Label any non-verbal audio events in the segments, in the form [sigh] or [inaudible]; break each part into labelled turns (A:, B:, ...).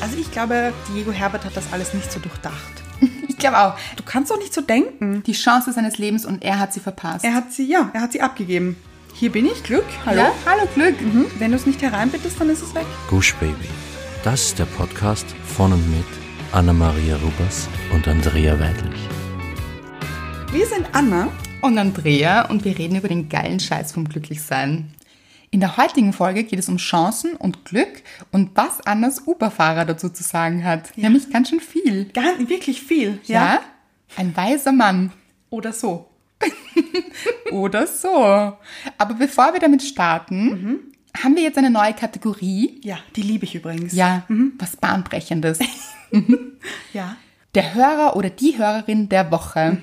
A: Also glaube, Diego Herbert hat das alles nicht so durchdacht.
B: [laughs] Ich glaube auch.
A: Du kannst doch nicht so denken.
B: Die Chance seines Lebens und er hat sie verpasst.
A: Er hat sie, ja, er hat sie abgegeben. Hier bin ich, Glück, hallo.
B: Ja, hallo Glück.
A: Mhm. Wenn du es nicht hereinbittest, dann ist es weg.
C: Gush Baby. Das ist der Podcast von und mit Anna-Maria Rubers und Andrea Weidlich.
A: Wir sind Anna.
B: Und Andrea und wir reden über den geilen Scheiß vom Glücklichsein. In der heutigen Folge geht es um Chancen und Glück und was Annas Uberfahrer dazu zu sagen hat.
A: Ja.
B: Nämlich ganz schön viel.
A: Gar, wirklich viel,
B: Ja? Ein
A: [laughs]
B: weiser Mann.
A: Oder so.
B: Oder so. Aber bevor wir damit starten,
A: Mhm.
B: haben wir jetzt eine neue Kategorie.
A: Ja, die liebe ich übrigens.
B: Ja,
A: Mhm.
B: was Bahnbrechendes.
A: Ja.
B: Der Hörer oder die Hörerin der
A: Mhm.
B: Woche.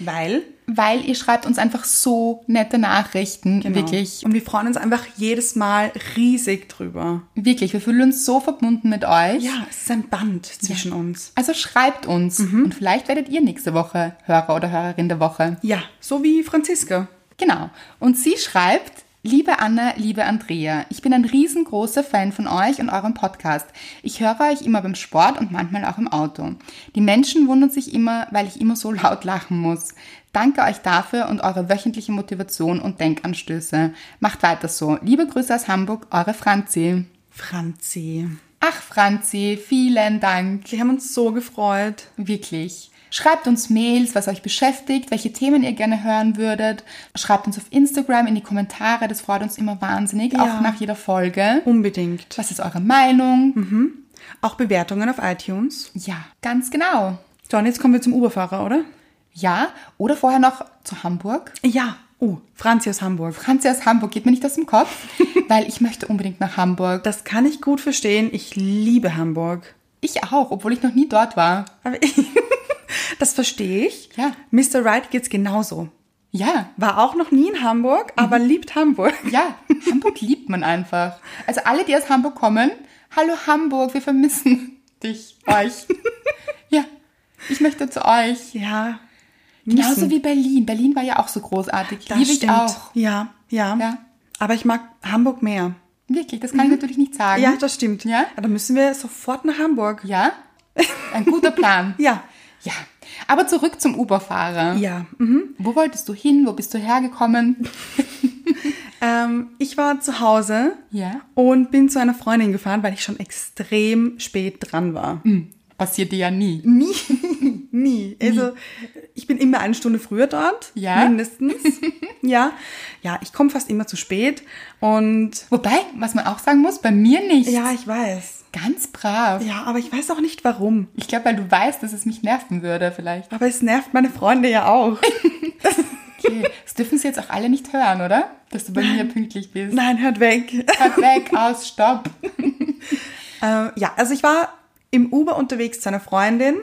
A: Weil
B: Weil ihr schreibt uns einfach so nette Nachrichten.
A: Genau.
B: Wirklich,
A: Und wir freuen uns einfach jedes Mal riesig drüber.
B: wirklich. Wir fühlen uns so verbunden mit euch.
A: Ja, es ist ein Band zwischen uns.
B: Also schreibt uns und vielleicht werdet ihr nächste Woche Hörer oder Hörerin der Woche.
A: Ja, so wie Franziska.
B: Genau. Und sie schreibt, liebe Anna, liebe Andrea, ich bin ein riesengroßer Fan von euch und eurem Podcast. Ich höre euch immer beim Sport und manchmal auch im Auto. Die Menschen wundern sich immer, weil ich immer so laut lachen muss. Danke euch dafür und eure wöchentliche Motivation und Denkanstöße. Macht weiter so. Liebe Grüße aus Hamburg, eure Franzi.
A: Franzi.
B: Ach, Franzi, vielen Dank.
A: Wir haben uns so gefreut.
B: Wirklich. Schreibt uns Mails, was euch beschäftigt, welche Themen ihr gerne hören würdet. Schreibt uns auf Instagram in die Kommentare, das freut uns immer wahnsinnig, auch nach jeder Folge.
A: Unbedingt.
B: Was ist eure Meinung?
A: Auch Bewertungen auf iTunes.
B: Ja, ganz genau.
A: So, und jetzt kommen wir zum Uberfahrer, oder?
B: Ja, oder vorher noch zu Hamburg.
A: Ja. Oh, Franzi aus Hamburg.
B: Franzi aus Hamburg, geht mir nicht aus dem Kopf, weil ich möchte unbedingt nach Hamburg.
A: Das kann ich gut verstehen. Ich liebe Hamburg.
B: Ich auch, obwohl ich noch nie dort war.
A: Aber [laughs] das verstehe ich.
B: Ja.
A: Mr. Right geht's genauso.
B: Ja,
A: War auch noch nie in Hamburg,
B: Mhm.
A: aber liebt Hamburg.
B: ja, Hamburg liebt man einfach. Also alle, die aus Hamburg kommen, hallo Hamburg, wir vermissen dich, euch. Ja, ich möchte zu euch.
A: Ja.
B: Genauso wie Berlin. Berlin war ja auch so großartig.
A: Das
B: Liebe ich
A: stimmt.
B: auch.
A: Ja, ja,
B: Ja.
A: Aber ich mag Hamburg mehr.
B: Wirklich, das kann ich natürlich nicht sagen.
A: Mhm. Ja, das stimmt.
B: Ja?
A: Da müssen wir sofort nach Hamburg.
B: Ja? Ein guter Plan.
A: Ja.
B: Ja. Aber zurück zum Uberfahrer.
A: Ja. Mhm.
B: Wo wolltest du hin? Wo bist du hergekommen?
A: Ähm, ich war zu Hause
B: Ja.
A: und bin zu einer Freundin gefahren, weil ich schon extrem spät dran war.
B: Passiert dir ja nie.
A: Nie. [laughs] Nie. Also, ich bin immer eine Stunde früher dort.
B: Ja?
A: Mindestens. ja. Ja, ich komme fast immer zu spät. Und
B: Wobei, was man auch sagen muss, bei mir nicht.
A: ja, ich weiß.
B: Ganz brav.
A: Ja, aber ich weiß auch nicht warum.
B: Ich glaube, weil du weißt, dass es mich nerven würde vielleicht.
A: Aber es nervt meine Freunde ja auch.
B: Okay. Das dürfen sie jetzt auch alle nicht hören, oder? Dass du bei mir pünktlich bist.
A: Nein, hört weg.
B: Halt weg, aus, stopp.
A: Äh, ja, also ich war im Uber unterwegs zu einer Freundin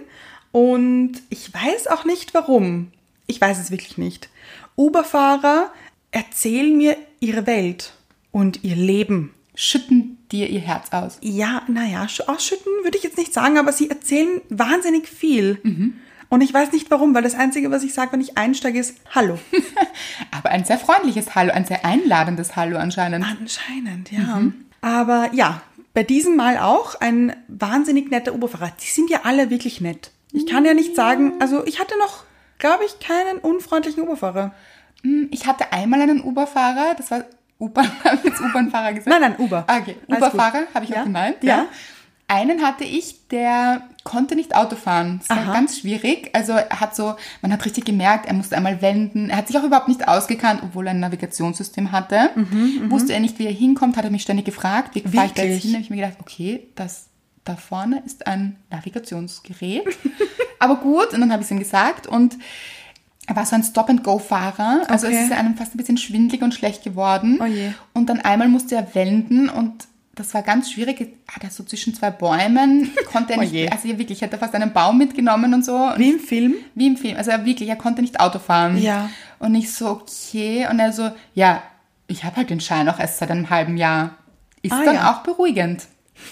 A: und ich weiß auch nicht warum. Ich weiß es wirklich nicht. Uberfahrer erzählen mir ihre Welt und ihr Leben.
B: Schütten dir ihr Herz aus.
A: Ja, naja, sch- ausschütten würde ich jetzt nicht sagen, aber sie erzählen wahnsinnig viel.
B: Mhm.
A: Und ich weiß nicht warum, weil das Einzige, was ich sage, wenn ich einsteige, ist
B: [laughs]
A: Hallo.
B: Aber ein sehr freundliches Hallo, ein sehr einladendes Hallo anscheinend.
A: Anscheinend, ja.
B: Mhm.
A: Aber ja, bei diesem Mal auch ein wahnsinnig netter Uberfahrer. Die sind ja alle wirklich nett. Ich kann ja nicht sagen, also ich hatte noch, glaube ich, keinen unfreundlichen Uberfahrer.
B: Hm, Ich hatte einmal einen Uber-Fahrer, das war [laughs] U-Bahn, habe ich jetzt U-Bahn-Fahrer gesagt?
A: Nein, nein, Uber.
B: Ah, Okay,
A: Alles
B: Uber-Fahrer
A: gut.
B: habe ich
A: Ja,
B: auch gemeint.
A: ja.
B: Einen hatte ich, der konnte nicht Auto fahren. Das war
A: Aha.
B: ganz schwierig. Also er hat so, man hat richtig gemerkt, er musste einmal wenden. Er hat sich auch überhaupt nicht ausgekannt, obwohl er ein Navigationssystem hatte. Wusste er nicht, wie er hinkommt, hat er mich ständig gefragt, wie fahre ich da
A: Mhm, Wirklich?
B: jetzt hin? Da habe ich mir gedacht, okay, das da vorne ist ein Navigationsgerät. [laughs] Aber gut, und dann habe ich es ihm gesagt und er war so ein Stop-and-Go-Fahrer. Also
A: Okay.
B: es ist einem fast ein bisschen schwindlig und schlecht geworden.
A: Oh je.
B: Und dann einmal musste er wenden und das war ganz schwierig. Hat er so zwischen zwei
A: [laughs]
B: Bäumen, konnte er
A: Oh
B: nicht,
A: je.
B: also ja wirklich, hat er fast einen Baum mitgenommen und so. Und
A: Wie im Film?
B: wie im Film. Also er wirklich, er konnte nicht Auto fahren.
A: Ja.
B: Und ich so, okay. Und er so, ja, ich habe halt den Schein auch erst seit einem halben Jahr. Ist
A: Ah,
B: dann
A: ja.
B: auch beruhigend,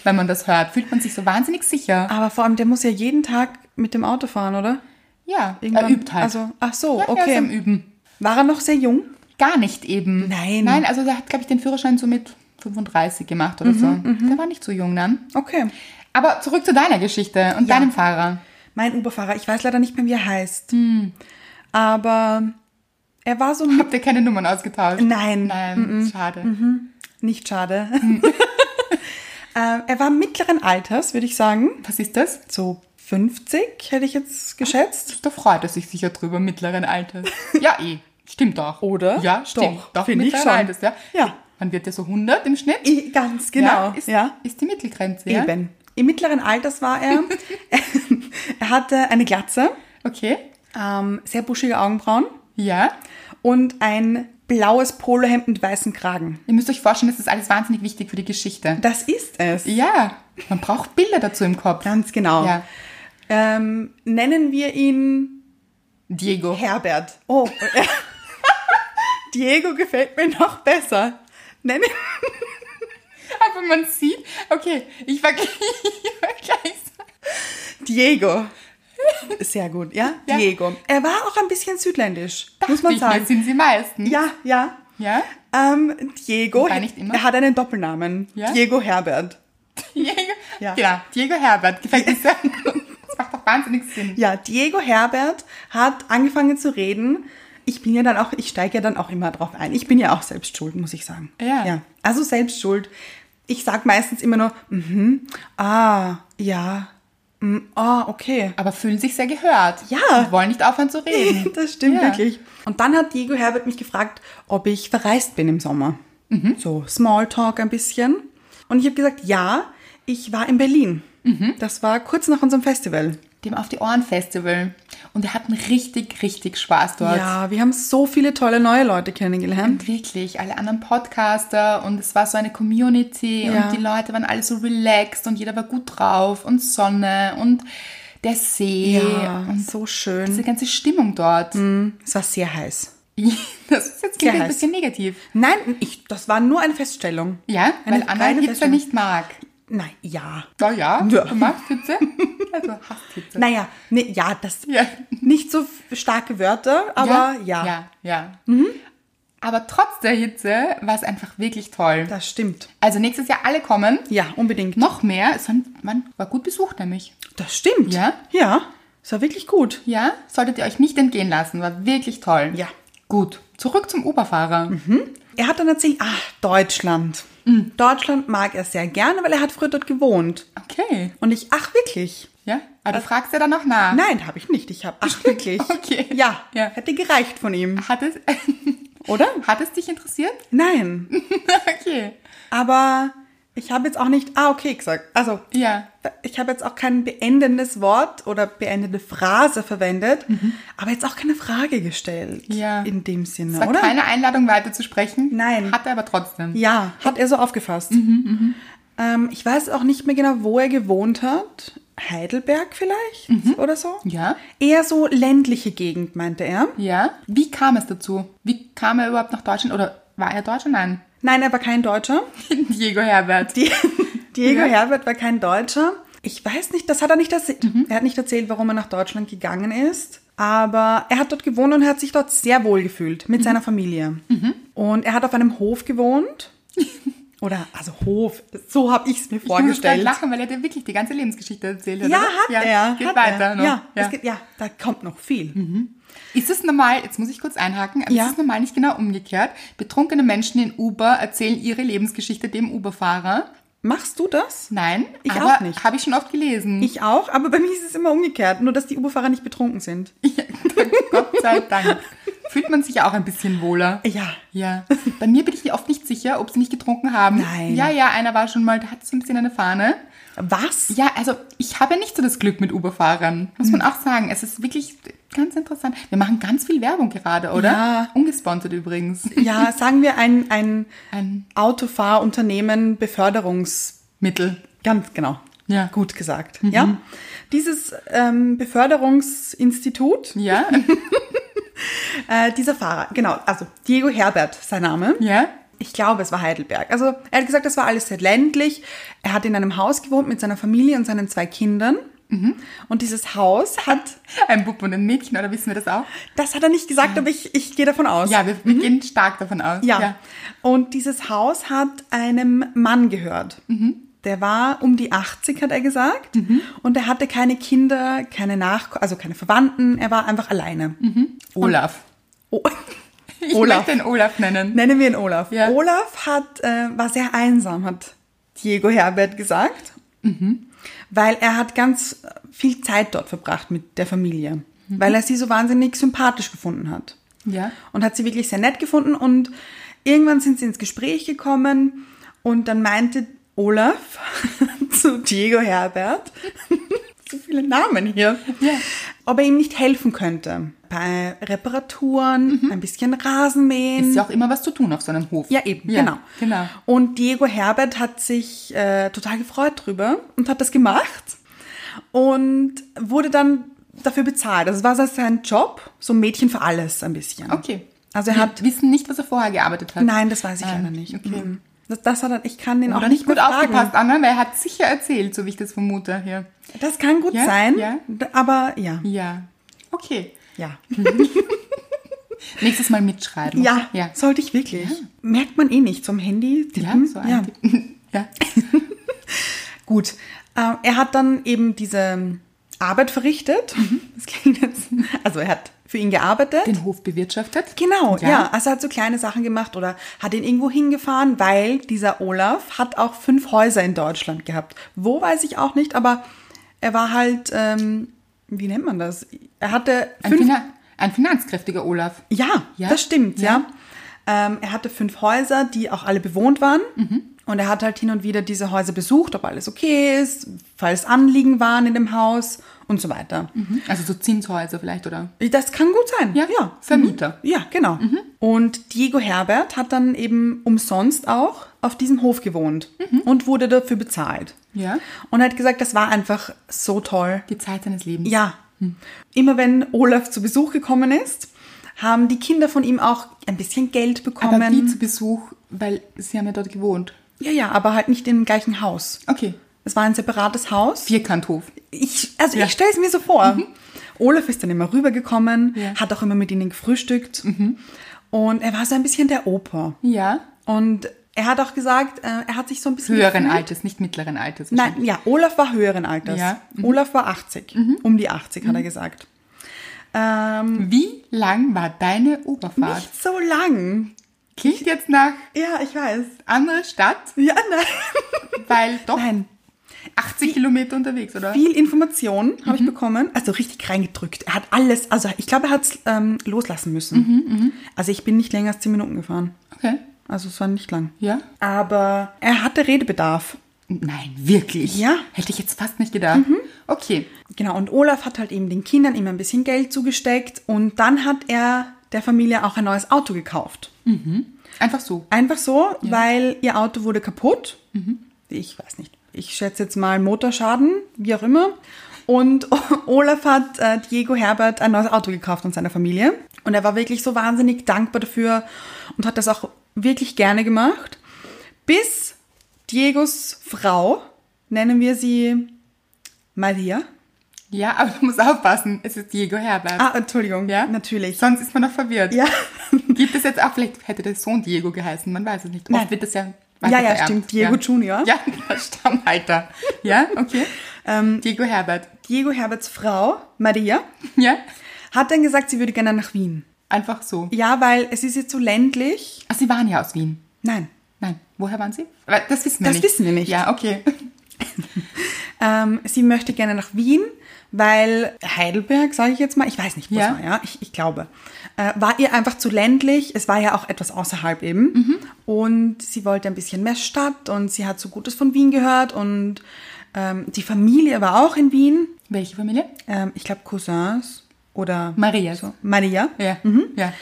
B: wenn man das hört. Fühlt man sich so wahnsinnig sicher.
A: Aber vor allem, der muss ja jeden Tag mit dem Auto fahren, oder?
B: ja, er
A: Irgendwann-
B: übt halt.
A: Also, ach so,
B: ja, Er ist am
A: okay.
B: Üben.
A: War er noch sehr jung?
B: Gar nicht eben.
A: Nein.
B: Nein, also er hat, glaube ich, den Führerschein so mit 35 gemacht
A: Mhm,
B: oder so. Der war nicht so jung dann.
A: Okay.
B: Aber zurück zu deiner Geschichte und deinem Fahrer.
A: Mein Uberfahrer, ich weiß leider nicht mehr, wie er heißt.
B: Hm.
A: Aber er war so
B: [laughs]
A: mit-
B: Habt ihr keine Nummern ausgetauscht?
A: Nein. Mhm,
B: Nein, Hm. schade.
A: nicht schade. [laughs] ähm, er war mittleren Alters, würde ich sagen.
B: Was ist das?
A: So 50 hätte ich jetzt geschätzt.
B: Da freut er sich sicher drüber, mittleren
A: [laughs]
B: Alters. Ja, eh. Stimmt doch.
A: Oder?
B: Ja, stimmt.
A: Doch,
B: Doch,
A: find ich
B: mittleren
A: schon.
B: Alters, ja.
A: Ja.
B: Wann wird der so 100 im Schnitt?
A: I- Ganz genau.
B: Ja, ist,
A: ja.
B: ist die Mittelgrenze, ja?
A: Eben. Im mittleren Alters war
B: [laughs]
A: er. [laughs] er hatte eine Glatze,
B: Okay.
A: ähm, sehr buschige Augenbrauen
B: Ja.
A: und ein blaues Polohemd mit weißem Kragen.
B: Ihr müsst euch vorstellen, das ist alles wahnsinnig wichtig für die Geschichte.
A: Das ist es.
B: Ja, man braucht Bilder dazu im Kopf.
A: Ganz genau.
B: Ja.
A: Ähm, nennen wir ihn
B: Diego.
A: Herbert. Oh. [laughs] Diego gefällt mir noch besser. Nennen
B: Aber man sieht, okay, ich war [laughs] gleich. ich war gleich so-
A: Diego. Sehr gut, ja?
B: Ja.
A: Diego. Er war auch ein bisschen südländisch,
B: Dachte
A: muss man
B: ich mir,
A: sagen.
B: sind sie meisten.
A: Ja, ja.
B: Ja?
A: Ähm, Diego,
B: Wobei nicht immer.
A: er hat einen Doppelnamen.
B: Ja?
A: Diego Herbert.
B: Diego,
A: [laughs] Ja.
B: Genau, Diego Herbert. Gefällt
A: [laughs]
B: mir sehr gut. Das macht doch wahnsinnig Sinn.
A: Ja, Diego Herbert hat angefangen zu reden. Ich bin ja dann auch, ich steige ja dann auch immer drauf ein. Ich bin ja auch selbst schuld, muss ich sagen.
B: Ja.
A: Also selbst schuld. Ich sag meistens immer nur, mhm, ah, ja, mm, ah,
B: [laughs]
A: okay.
B: Aber fühlen sich sehr gehört.
A: Ja.
B: Und wollen nicht aufhören zu
A: [laughs]
B: reden.
A: Das stimmt
B: Ja.
A: wirklich. Und dann hat Diego Herbert mich gefragt, ob ich verreist bin im Sommer.
B: Mhm.
A: So Smalltalk ein bisschen. Und ich habe gesagt, ja, ich war in Berlin.
B: Mhm.
A: Das war kurz nach unserem Festival.
B: Dem Auf die Ohren Festival. Und wir hatten richtig, richtig Spaß dort.
A: Ja, wir haben so viele tolle neue Leute kennengelernt.
B: Und wirklich, alle anderen Podcaster und es war so eine Community
A: Ja.
B: und die Leute waren alle so relaxed und jeder war gut drauf und Sonne und der See
A: Ja,
B: und
A: so
B: diese
A: schön.
B: ganze Stimmung dort.
A: Es war sehr heiß.
B: [laughs] Das ist jetzt
A: Sehr
B: klingt ein
A: heiß.
B: bisschen negativ.
A: Nein, ich, das war nur eine Feststellung.
B: Ja,
A: Eine
B: weil Anna
A: reine
B: Hitze
A: Feststellung.
B: nicht mag.
A: Nein, ja.
B: Na ja,
A: Ja.
B: du magst Hitze? Also hasst Hitze.
A: Naja, nee, ja, das
B: Ja.
A: nicht so starke Wörter, aber ja, Mhm.
B: Ja, ja. Aber trotz der Hitze war es einfach wirklich toll.
A: das stimmt.
B: Also nächstes Jahr alle kommen.
A: Ja, unbedingt.
B: Noch mehr. Es waren- waren- war gut besucht nämlich.
A: Das stimmt.
B: Ja?
A: Ja. Es war wirklich gut.
B: Ja, solltet ihr euch nicht entgehen lassen. War wirklich toll.
A: Ja. Mhm.
B: Gut, zurück zum Uberfahrer.
A: Er hat dann erzählt, ach, Deutschland.
B: Mm.
A: Deutschland mag er sehr gerne, weil er hat früher dort gewohnt.
B: Okay.
A: Und ich, ach, wirklich?
B: Ja, aber du fragst ja dann noch nach.
A: Nein, habe ich nicht. Ich habe, ach, wirklich?
B: Okay.
A: Ja,
B: Ja.
A: hätte gereicht von ihm,
B: Hat es, [laughs]
A: oder?
B: hat es dich interessiert?
A: Nein.
B: okay.
A: Aber ich habe jetzt auch nicht, ah, okay gesagt. Also,
B: Ja.
A: ich habe jetzt auch kein beendendes Wort oder beendende Phrase verwendet, aber jetzt auch keine Frage gestellt.
B: Mhm. Ja.
A: In dem Sinne,
B: Es war
A: oder?
B: keine Einladung weiter zu sprechen.
A: Nein.
B: Hat er aber trotzdem.
A: Ja, hat er so aufgefasst.
B: Mhm,
A: Ähm, ich weiß auch nicht mehr genau, wo er gewohnt hat. Heidelberg vielleicht oder so?
B: Mhm. Ja.
A: Eher so ländliche Gegend, meinte er.
B: Ja. Wie kam es dazu? Wie kam er überhaupt nach Deutschland? Oder war er Deutscher? Nein. [laughs]
A: Nein, er war kein Deutscher.
B: Diego Herbert.
A: Die, [laughs] Diego
B: Ja.
A: Herbert war kein Deutscher. Ich weiß nicht, das hat er nicht erzählt.
B: Mhm.
A: Er hat nicht erzählt, warum er nach Deutschland gegangen ist. Aber er hat dort gewohnt und hat sich dort sehr wohl gefühlt
B: Mhm.
A: mit seiner Familie. Und er hat auf einem Hof
B: [laughs]
A: gewohnt. Oder, also Hof, so habe ich es mir
B: Ich muss gerade
A: vorgestellt.
B: lachen, weil er dir wirklich die ganze Lebensgeschichte erzählt hat.
A: Ja,
B: oder?
A: hat er.
B: Geht
A: hat
B: weiter.
A: Er.
B: Noch. Mhm.
A: Ja, Es geht, ja, da kommt noch viel.
B: Ist es normal, jetzt muss ich kurz einhaken, aber
A: Ja.
B: ist es normal nicht genau umgekehrt? Betrunkene Menschen in Uber erzählen ihre Lebensgeschichte dem Uberfahrer?
A: Machst du das?
B: Nein,
A: Ich
B: aber
A: auch nicht.
B: Habe ich schon oft gelesen.
A: Ich auch, aber bei mir ist es immer umgekehrt. Nur, dass die Uberfahrer nicht betrunken sind.
B: Gott sei
A: [laughs]
B: Dank. Fühlt man sich auch ein bisschen wohler.
A: Ja.
B: Ja. Bei mir bin ich mir oft nicht sicher, ob sie nicht getrunken haben.
A: Nein.
B: Ja, ja, einer war schon mal, der hat so ein bisschen eine Fahne.
A: Was?
B: Ja, also ich habe ja nicht so das Glück mit Uberfahrern. Muss
A: Hm.
B: man auch sagen. Es ist wirklich ganz interessant. Wir machen ganz viel Werbung gerade, oder?
A: Ja.
B: Ungesponsert übrigens. [laughs]
A: Ja, sagen wir ein, ein,
B: Ein
A: Autofahrunternehmen Beförderungs...
B: Mittel.
A: Ganz genau.
B: Ja. Mhm.
A: Gut gesagt. Ja. Dieses ähm, Beförderungsinstitut,
B: Ja? [laughs]
A: äh, dieser Fahrer, genau, also Diego Herbert, sein Name.
B: ja?
A: Ich glaube, es war Heidelberg. Also er hat gesagt, das war alles sehr ländlich. Er hat in einem Haus gewohnt mit seiner Familie und seinen zwei Kindern.
B: Mhm.
A: Und dieses Haus hat,
B: Ein Bub und ein Mädchen, oder wissen wir das auch?
A: das hat er nicht gesagt, aber ich, ich gehe davon aus.
B: Ja, wir, wir gehen stark davon aus.
A: Mhm. Ja. Und dieses Haus hat einem Mann gehört.
B: Mhm.
A: Der war um die 80, hat er gesagt. Und er hatte keine Kinder, keine Nach also keine Verwandten. Er war einfach alleine.
B: Olaf.
A: O-
B: Mhm. Ich
A: Olaf.
B: möchte ihn Olaf nennen.
A: Nennen wir ihn Olaf.
B: Ja.
A: Olaf hat, äh, war sehr einsam, hat Diego Herbert gesagt.
B: Mhm.
A: Weil er hat ganz viel Zeit dort verbracht mit der Familie. Weil er sie so wahnsinnig sympathisch gefunden hat.
B: Mhm. Ja.
A: und hat sie wirklich sehr nett gefunden und irgendwann sind sie ins Gespräch gekommen und dann meinte Olaf [laughs] zu Diego Herbert, [laughs] so viele Namen hier, ob er ihm nicht helfen könnte bei Reparaturen, ein bisschen Rasenmähen.
B: Mhm. Ist ja auch immer was zu tun auf so einem Hof.
A: Ja, eben, genau.
B: Genau.
A: Und Diego Herbert hat sich äh, total gefreut drüber und hat das gemacht und wurde dann dafür bezahlt. Also es war so sein Job, so ein Mädchen für alles ein bisschen.
B: Okay.
A: Also er hat,
B: Wir wissen nicht, was er vorher gearbeitet hat.
A: nein, das weiß ich
B: Ah,
A: leider nicht.
B: okay.
A: Mhm. Das, das hat er, ich kann den auch
B: Oder nicht gut
A: mehr fragen.
B: aufgepasst, Anna, weil er hat sicher erzählt, so wie ich das vermute. Ja.
A: Das kann gut
B: Ja,
A: sein,
B: ja.
A: d- aber ja,
B: Ja. Okay.
A: ja.
B: Nächstes Mal mitschreiben.
A: Ja,
B: Ja.
A: sollte ich wirklich. Merkt man eh nicht, zum Handy
B: ja,
A: tippen.
B: so ein Tipp. [laughs] Ja.
A: Gut, äh, er hat dann eben diese Arbeit verrichtet. [laughs] Das klingt jetzt, also er hat für ihn gearbeitet.
B: Mhm. Den Hof bewirtschaftet.
A: Genau,
B: Ja.
A: ja. Also er hat so kleine Sachen gemacht oder hat ihn irgendwo hingefahren, weil dieser Olaf hat auch fünf Häuser in Deutschland gehabt. Wo weiß ich auch nicht, aber er war halt, ähm, wie nennt man das? Er hatte
B: Ein,
A: fünf.
B: Finan ein finanzkräftiger Olaf.
A: Ja,
B: Ja?
A: das stimmt,
B: Ja. Mhm.
A: ja. Ähm, er hatte fünf Häuser, die auch alle bewohnt waren. Und er hat halt hin und wieder diese Häuser besucht, ob alles okay ist, falls Anliegen waren in dem Haus und so weiter.
B: Also so Zinshäuser vielleicht, oder?
A: Das kann gut sein. ja.
B: Vermieter. Mhm.
A: Ja, genau. Und Diego Herbert hat dann eben umsonst auch auf diesem Hof gewohnt und wurde dafür bezahlt.
B: Mhm. Ja.
A: Und er hat gesagt, das war einfach so toll.
B: Die Zeit seines Lebens.
A: Ja. Immer wenn Olaf zu Besuch gekommen ist, haben die Kinder von ihm auch ein bisschen Geld bekommen.
B: Aber wie zu Besuch, weil sie haben ja dort gewohnt.
A: ja, ja, aber halt nicht im gleichen Haus.
B: Okay.
A: Es war ein separates Haus.
B: Vierkanthof.
A: Ich, also
B: Ja. Mhm.
A: ich stelle es mir so vor. Olaf ist dann immer rübergekommen,
B: Ja. Mhm.
A: hat auch immer mit ihnen gefrühstückt. Und er war so ein bisschen der Opa.
B: Ja.
A: Und er hat auch gesagt, äh, er hat sich so ein bisschen.
B: Höheren
A: gefühlt-
B: Alters, nicht mittleren Alters.
A: Nein, ja, Olaf war höheren Alters.
B: Ja. Mhm.
A: Olaf war 80. Um die 80, hat er gesagt. Ähm,
B: Wie lang war deine Oberfahrt?
A: nicht so lang.
B: Klingt jetzt nach
A: Ja, ich weiß.
B: andere Stadt,
A: Ja, nein. [laughs]
B: weil doch
A: nein.
B: 80 Kilometer unterwegs, oder?
A: Viel Information habe ich bekommen. Also richtig reingedrückt. Er hat alles, also ich glaube, er hat es ähm, loslassen müssen. Also ich bin nicht länger als 10 Minuten gefahren.
B: Okay.
A: Also es war nicht lang.
B: Ja.
A: Aber er hatte Redebedarf.
B: Nein, wirklich?
A: Ja. Mhm.
B: Hätte ich jetzt fast nicht gedacht. Okay.
A: Genau, und Olaf hat halt eben den Kindern immer ein bisschen Geld zugesteckt und dann hat er der Familie auch ein neues Auto gekauft.
B: Einfach so.
A: Einfach so, weil ihr Auto wurde kaputt. Ich weiß nicht. Ich schätze jetzt mal Motorschaden, wie auch immer. Und [laughs] Olaf hat äh, Diego Herbert ein neues Auto gekauft und seiner Familie. Und er war wirklich so wahnsinnig dankbar dafür und hat das auch wirklich gerne gemacht. Bis Diegos Frau, nennen wir sie Maria,
B: Ja, aber du musst aufpassen. Es ist Diego Herbert.
A: Ah, Entschuldigung.
B: ja?
A: Natürlich.
B: Sonst ist man noch verwirrt.
A: ja. [laughs]
B: Gibt es jetzt auch, vielleicht hätte der Sohn Diego geheißen, man weiß es nicht. Oft
A: Nein.
B: wird das ja
A: Ja, ja,
B: weitervererbt.
A: stimmt. Diego Junior.
B: Ja, der Stammhalter. Ja,
A: [laughs]
B: okay.
A: Ähm.
B: Diego Herbert.
A: Diego Herberts Frau, Maria,
B: Ja,
A: hat dann gesagt, sie würde gerne nach Wien.
B: einfach so.
A: Ja, weil es ist jetzt so ländlich.
B: Ach, Sie waren ja aus Wien.
A: Nein.
B: Nein, woher waren Sie? Aber Das wissen wir
A: Das
B: nicht.
A: wissen wir nicht.
B: Ja, okay.
A: Ähm, sie möchte gerne nach Wien, weil Heidelberg, sage ich jetzt mal, ich weiß nicht, wo
B: Ja.
A: es war, ja, ich, ich glaube, äh, war ihr einfach zu ländlich. Es war ja auch etwas außerhalb eben.
B: Mhm.
A: Und sie wollte ein bisschen mehr Stadt und sie hat so Gutes von Wien gehört und ähm, die Familie war auch in Wien.
B: Welche Familie?
A: Ähm, ich glaube Cousins oder
B: Maria.
A: So, Maria. Mhm.
B: Ja, ja.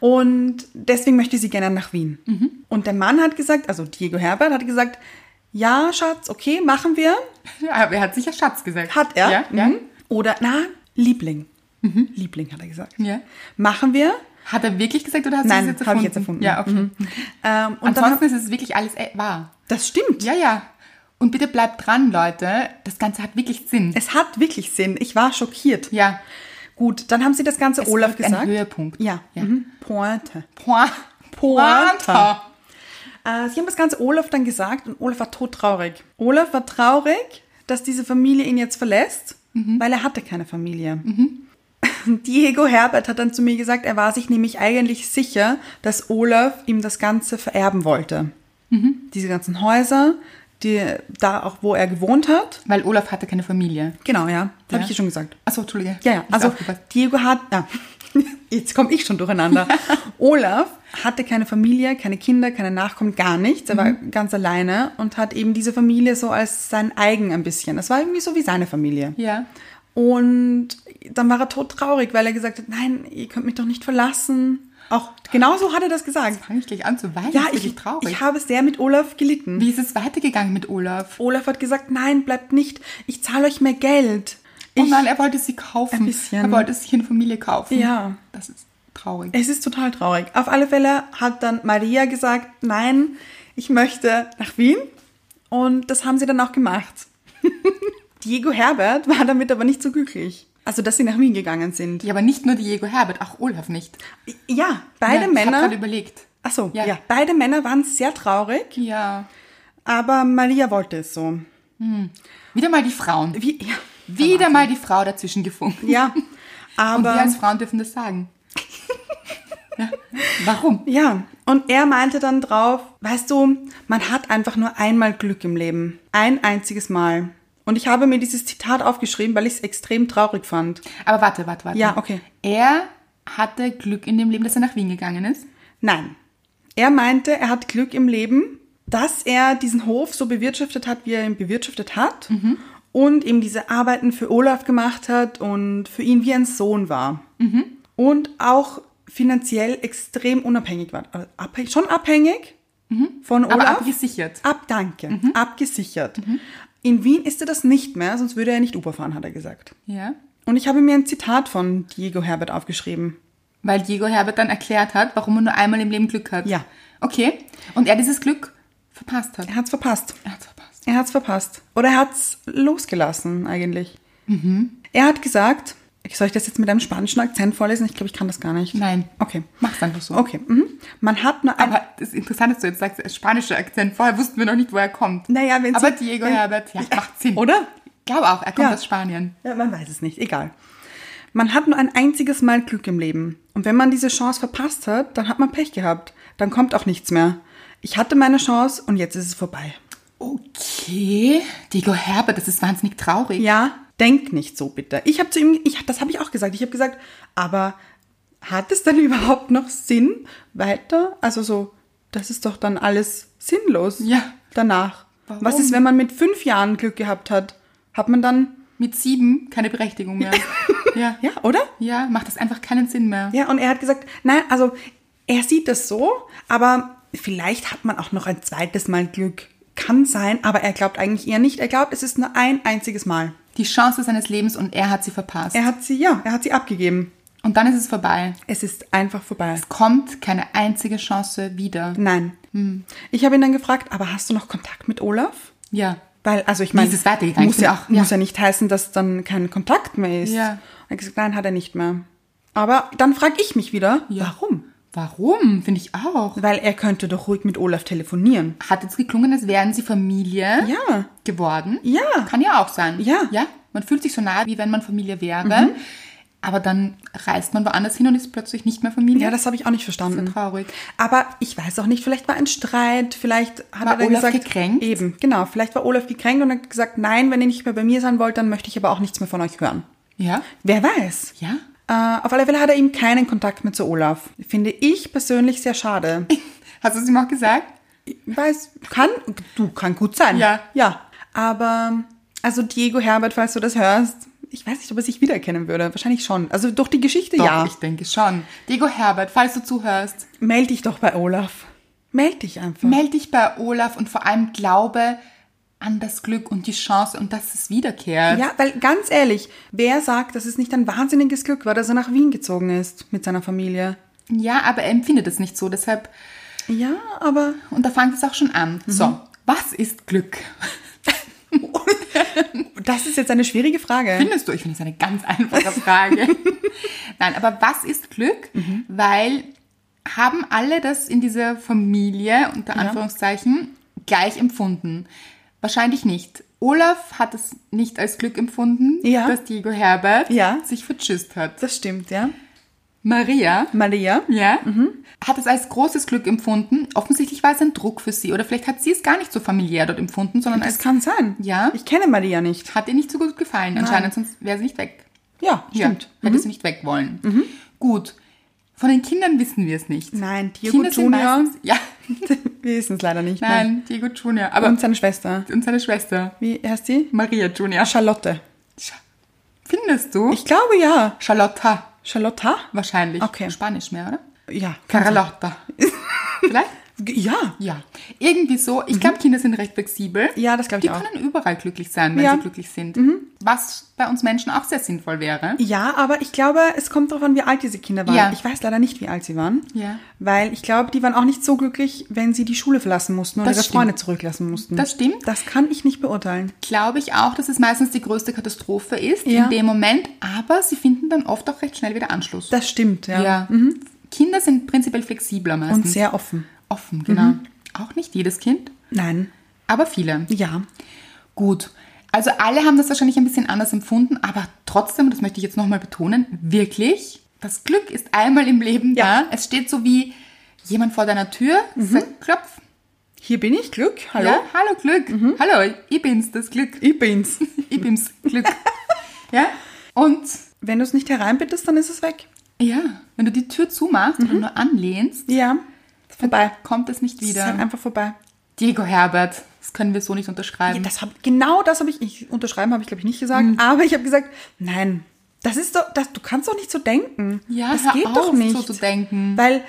A: Und deswegen möchte sie gerne nach Wien.
B: Mhm.
A: Und der Mann hat gesagt, also Diego Herbert hat gesagt, ja, Schatz, okay, machen wir.
B: Ja, Aber er hat sicher Schatz gesagt.
A: Hat er.
B: Ja, ja. Mhm.
A: Mhm. Oder, na, Liebling. Liebling hat er gesagt.
B: Ja.
A: Machen wir.
B: Hat er wirklich gesagt oder hast
A: Nein,
B: du das jetzt
A: habe
B: erfunden?
A: ich jetzt erfunden.
B: Ja, okay.
A: Mhm. Ähm, und dann,
B: Ansonsten ist es wirklich alles äh, wahr.
A: das stimmt.
B: Ja, ja. Und bitte bleibt dran, Leute. Das Ganze hat wirklich Sinn.
A: Es hat wirklich Sinn. Ich war schockiert.
B: ja.
A: Gut, dann haben sie das Ganze
B: Es
A: Olaf
B: gibt einen
A: gesagt.
B: Höhepunkt.
A: Ja. Mhm. Pointe.
B: Point.
A: Pointe. Äh, sie haben das Ganze Olaf dann gesagt und Olaf war todtraurig. Olaf war traurig, dass diese Familie ihn jetzt verlässt, weil er hatte keine Familie. [laughs] Diego Herbert hat dann zu mir gesagt, er war sich nämlich eigentlich sicher, dass Olaf ihm das Ganze vererben wollte. Diese ganzen Häuser, die, da auch wo er gewohnt hat.
B: Weil Olaf hatte keine Familie.
A: Genau, ja.
B: Ja.
A: Habe ich ja schon gesagt.
B: Achso, Entschuldige.
A: Ja, ja.
B: Nicht
A: Also
B: aufgepasst.
A: Diego hat. Ah, [laughs] jetzt komme ich schon
B: [laughs]
A: durcheinander. Olaf hatte keine Familie, keine Kinder, keine Nachkommen, gar nichts. Er
B: Mhm.
A: war ganz alleine und hat eben diese Familie so als sein eigen ein bisschen. Das war irgendwie so wie seine Familie.
B: Ja.
A: Und dann war er todtraurig, weil er gesagt hat, nein, ihr könnt mich doch nicht verlassen. Auch genauso hat er das gesagt.
B: Fange ich gleich an zu weinen.
A: Ja,
B: das ist
A: ich,
B: wirklich traurig.
A: ich habe sehr mit Olaf gelitten.
B: Wie ist es weitergegangen mit Olaf?
A: Olaf hat gesagt, nein, bleibt nicht. Ich zahle euch mehr Geld. Ich,
B: oh nein, er wollte sie kaufen.
A: Ein bisschen.
B: Er wollte sich eine Familie kaufen.
A: Ja.
B: Das ist traurig.
A: Es ist total traurig. Auf alle Fälle hat dann Maria gesagt, nein, ich möchte nach Wien. Und das haben sie dann auch gemacht. [laughs] Diego Herbert war damit aber nicht so glücklich. Also, dass sie nach Wien gegangen sind.
B: Ja, aber nicht nur Diego Herbert, auch Olaf nicht.
A: Ja, beide
B: ja, Ich habe
A: Männer.
B: gerade überlegt.
A: Ach so, ja.
B: Ja.
A: Beide Männer waren sehr traurig,
B: Ja.
A: aber Maria wollte es so.
B: Wieder mal die Frauen.
A: Wie, ja,
B: Wieder mal die Frau dazwischen gefunden.
A: ja.
B: Und wir
A: Aber
B: als Frauen dürfen
A: [laughs]
B: das sagen. ja. Warum?
A: Ja, und er meinte dann drauf, weißt du, man hat einfach nur einmal Glück im Leben. Ein einziges Mal. Und ich habe mir dieses Zitat aufgeschrieben, weil ich es extrem traurig fand.
B: Aber warte, warte, warte.
A: Ja, okay.
B: Er hatte Glück in dem Leben, dass er nach Wien gegangen ist.
A: Nein. Er meinte, er hat Glück im Leben, dass er diesen Hof so bewirtschaftet hat, wie er ihn bewirtschaftet hat.
B: Mhm.
A: Und eben diese Arbeiten für Olaf gemacht hat und für ihn wie ein Sohn war.
B: Mhm.
A: Und auch finanziell extrem unabhängig war. Also abhängig, schon abhängig von Olaf.
B: Mhm. Aber abgesichert. Mhm.
A: Ab, danke. Abgesichert. In Wien ist er das nicht mehr, sonst würde er nicht Uber fahren, hat er gesagt.
B: Ja.
A: Und ich habe mir ein Zitat von Diego Herbert aufgeschrieben.
B: Weil Diego Herbert dann erklärt hat, warum er nur einmal im Leben Glück hat.
A: Ja.
B: Okay. Und er dieses Glück verpasst hat.
A: Er hat's verpasst.
B: Er hat's verpasst.
A: Er hat's verpasst. Oder er hat's losgelassen, eigentlich.
B: Mhm.
A: Er hat gesagt, soll ich das jetzt mit einem spanischen Akzent vorlesen? Ich glaube, ich kann das gar nicht.
B: Nein.
A: Okay.
B: Mach's einfach so.
A: Okay. Mhm. Man hat nur ein.
B: Aber das Interessante ist, du jetzt sagst, der spanische Akzent. Vorher wussten wir noch nicht, wo er kommt.
A: Naja, wenn
B: Aber
A: sie-
B: Diego
A: wenn-
B: Herbert, ja, macht Sinn.
A: Oder?
B: Ich glaube auch, er kommt
A: Ja.
B: aus Spanien.
A: Ja, man weiß es nicht, egal. Man hat nur ein einziges Mal Glück im Leben. Und wenn man diese Chance verpasst hat, dann hat man Pech gehabt. Dann kommt auch nichts mehr. Ich hatte meine Chance und jetzt ist es vorbei.
B: Okay. Diego Herbert, das ist wahnsinnig traurig.
A: Ja, denk nicht so bitte. Ich habe zu ihm, ich, das habe ich auch gesagt. Ich habe gesagt, aber hat es dann [laughs] überhaupt noch Sinn weiter? Also so, das ist doch dann alles sinnlos.
B: Ja.
A: Danach.
B: Warum?
A: Was ist, wenn man mit fünf Jahren Glück gehabt hat? Hat man dann,
B: Mit sieben keine Berechtigung mehr. ja.
A: ja, oder?
B: Ja, macht das einfach keinen Sinn mehr.
A: Ja, und er hat gesagt, nein, also er sieht das so, aber vielleicht hat man auch noch ein zweites Mal Glück. Kann sein, aber er glaubt eigentlich eher nicht. Er glaubt, es ist nur ein einziges Mal.
B: Die Chance seines Lebens und er hat sie verpasst.
A: Er hat sie, ja, er hat sie abgegeben.
B: Und dann ist es vorbei.
A: Es ist einfach vorbei.
B: Kommt keine einzige Chance wieder.
A: Nein.
B: Hm.
A: Ich habe ihn dann gefragt, aber hast du noch Kontakt mit Olaf?
B: Ja.
A: Weil, also ich meine,
B: ist es weitergegangen?
A: muss,
B: Ich
A: ja,
B: bin- ja.
A: muss ja nicht heißen, dass dann kein Kontakt mehr ist.
B: Ja.
A: Er hat gesagt, nein, hat er nicht mehr. Aber dann frage ich mich wieder, warum?
B: Warum? Finde ich auch.
A: Weil er könnte doch ruhig mit Olaf telefonieren.
B: Hat jetzt geklungen, als wären sie Familie
A: Ja.
B: geworden.
A: Ja.
B: Kann ja auch sein.
A: Ja. Mhm.
B: Ja. Man fühlt sich so nah, wie wenn man Familie wäre. Aber dann reist man woanders hin und ist plötzlich nicht mehr Familie.
A: Ja, das habe ich auch nicht verstanden.
B: Sehr traurig.
A: Aber ich weiß auch nicht, vielleicht war ein Streit, vielleicht hat
B: War
A: er dann
B: Olaf
A: gesagt,
B: gekränkt?
A: Eben, genau, vielleicht war Olaf gekränkt und hat gesagt, nein, wenn ihr nicht mehr bei mir sein wollt, dann möchte ich aber auch nichts mehr von euch hören.
B: ja.
A: Wer weiß?
B: Ja.
A: Äh, auf alle Fälle hat er eben keinen Kontakt mehr zu Olaf. Finde ich persönlich sehr schade.
B: Hast du es ihm auch gesagt?
A: Ich weiß, kann, du, kann gut sein.
B: Ja.
A: Ja. Aber, also Diego Herbert, falls du das hörst, ich weiß nicht, ob er sich wiedererkennen würde. Wahrscheinlich schon. Also durch die Geschichte, ja.
B: ich denke schon. Diego Herbert, falls du zuhörst,
A: Meld dich doch bei Olaf. Meld dich einfach.
B: melde dich bei Olaf und vor allem glaube an das Glück und die Chance und dass es wiederkehrt.
A: Ja, weil ganz ehrlich, wer sagt, dass es nicht ein wahnsinniges Glück war, dass er nach Wien gezogen ist mit seiner Familie?
B: Ja, aber er empfindet es nicht so. Deshalb,
A: Ja, aber Mhm.
B: und da fängt es auch schon an. So, was ist Glück?
A: Das ist jetzt eine schwierige Frage.
B: Findest du? Ich finde das eine ganz einfache Frage.
A: [laughs]
B: Nein, aber was ist Glück?
A: Mhm.
B: Weil haben alle das in dieser Familie, unter
A: Genau.
B: Anführungszeichen, gleich empfunden? Wahrscheinlich nicht. Olaf hat es nicht als Glück empfunden,
A: Ja.
B: dass Diego Herbert
A: Ja.
B: sich vertschüsst hat.
A: Das stimmt, ja.
B: Maria
A: Maria?
B: ja,
A: Mhm.
B: hat es als großes Glück empfunden. Offensichtlich war es ein Druck für sie oder vielleicht hat sie es gar nicht so familiär dort empfunden, sondern
A: Das
B: es
A: kann sein.
B: Ja.
A: Ich kenne Maria nicht.
B: hat ihr nicht so gut gefallen anscheinend, sonst wäre sie nicht weg.
A: Ja, stimmt. Mhm.
B: Ja, hätte sie nicht weg wollen. Gut. Von den Kindern wissen wir es nicht.
A: Nein, Diego Junior.
B: meistens-
A: [laughs]
B: ja,
A: [laughs] Wir wissen es leider nicht.
B: nein, Diego Junior. Aber
A: Und seine Schwester.
B: und seine Schwester,
A: Wie heißt sie?
B: Maria Junior. Sch-
A: Charlotte.
B: Findest du?
A: Ich glaube ja.
B: Charlotta,
A: Charlotta?
B: wahrscheinlich.
A: Okay.
B: Spanisch mehr, oder?
A: Ja. [laughs]
B: Carlotta. Vielleicht?
A: Ja.
B: Ja, irgendwie so. Ich glaube, Kinder sind recht flexibel.
A: Mhm. Ja, das glaub ich
B: Die
A: auch.
B: können überall glücklich sein, wenn
A: Ja. Mhm.
B: sie glücklich sind. Was bei uns Menschen auch sehr sinnvoll wäre.
A: Ja, aber ich glaube, es kommt darauf an, wie alt diese Kinder waren.
B: Ja.
A: Ich weiß leider nicht, wie alt sie waren.
B: Ja.
A: Weil ich glaube, die waren auch nicht so glücklich, wenn sie die Schule verlassen mussten oder
B: Das
A: ihre
B: stimmt.
A: Freunde zurücklassen mussten.
B: Das stimmt.
A: Das kann ich nicht beurteilen.
B: Glaube ich auch, dass es meistens die größte Katastrophe ist
A: Ja.
B: in dem Moment, aber sie finden dann oft auch recht schnell wieder Anschluss.
A: Das stimmt, ja. Mhm.
B: ja. Kinder sind prinzipiell flexibler meistens.
A: Und sehr Mhm. offen.
B: offen, genau. Auch nicht jedes Kind,
A: Nein.
B: aber viele.
A: Ja.
B: Gut. Also alle haben das wahrscheinlich ein bisschen anders empfunden, aber trotzdem, das möchte ich jetzt nochmal betonen, wirklich, das Glück ist einmal im Leben
A: Ja.
B: da. Es steht so wie jemand vor deiner Tür, sagt Klopf,
A: Hier bin ich, Glück. Hallo. Mhm.
B: ja, hallo Glück, hallo, ich bin's, das Glück,
A: Ich bin's.
B: [laughs] ich bin's, Glück. ja, und
A: Wenn du es nicht hereinbittest, dann ist es weg.
B: ja, wenn du die Tür zumachst oder nur anlehnst,
A: Ja. Mhm. Ist vorbei.
B: kommt es nicht
A: Es ist halt
B: wieder.
A: einfach vorbei.
B: Diego Herbert, das können wir so nicht
A: Ja,
B: unterschreiben.
A: Das hab, genau das habe ich, ich unterschreiben habe ich glaube ich nicht gesagt,
B: Mhm.
A: aber ich habe gesagt, nein, das ist doch, das, du kannst doch nicht so denken.
B: Ja,
A: das
B: hör
A: geht
B: auf,
A: doch
B: so
A: nicht.
B: zu denken.
A: Weil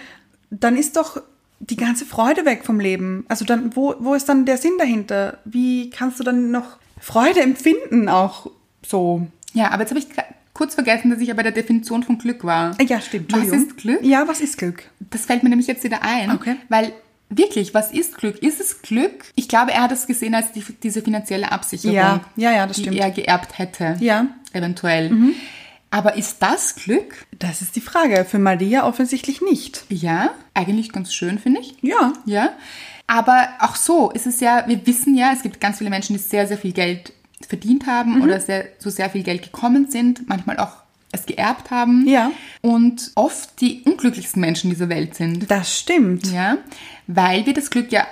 A: dann ist doch die ganze Freude weg vom Leben. Also dann, wo, wo ist dann der Sinn dahinter? Wie kannst du dann noch Freude empfinden auch so?
B: Ja, aber jetzt habe ich kurz vergessen, dass ich ja bei der Definition von Glück war.
A: Ja, stimmt.
B: Was
A: Entschuldigung.
B: ist Glück?
A: Ja, was ist Glück?
B: Das fällt mir nämlich jetzt wieder ein,
A: Okay.
B: weil wirklich, was ist Glück? Ist es Glück? Ich glaube, er hat es gesehen als die, diese finanzielle Absicherung,
A: Ja, ja, ja, das
B: die
A: stimmt.
B: er geerbt hätte,
A: Ja. Mhm.
B: eventuell. Aber ist das Glück?
A: Das ist die Frage. Für Maria offensichtlich nicht.
B: Ja, eigentlich ganz schön, finde ich.
A: Ja.
B: Ja, aber auch so ist es ja, wir wissen ja, es gibt ganz viele Menschen, die sehr, sehr viel Geld verdient
A: Mhm.
B: haben oder sehr, zu sehr viel Geld gekommen sind, manchmal auch es geerbt haben.
A: Ja.
B: Und oft die unglücklichsten Menschen dieser Welt sind.
A: Das stimmt.
B: Ja, weil wir das Glück ja,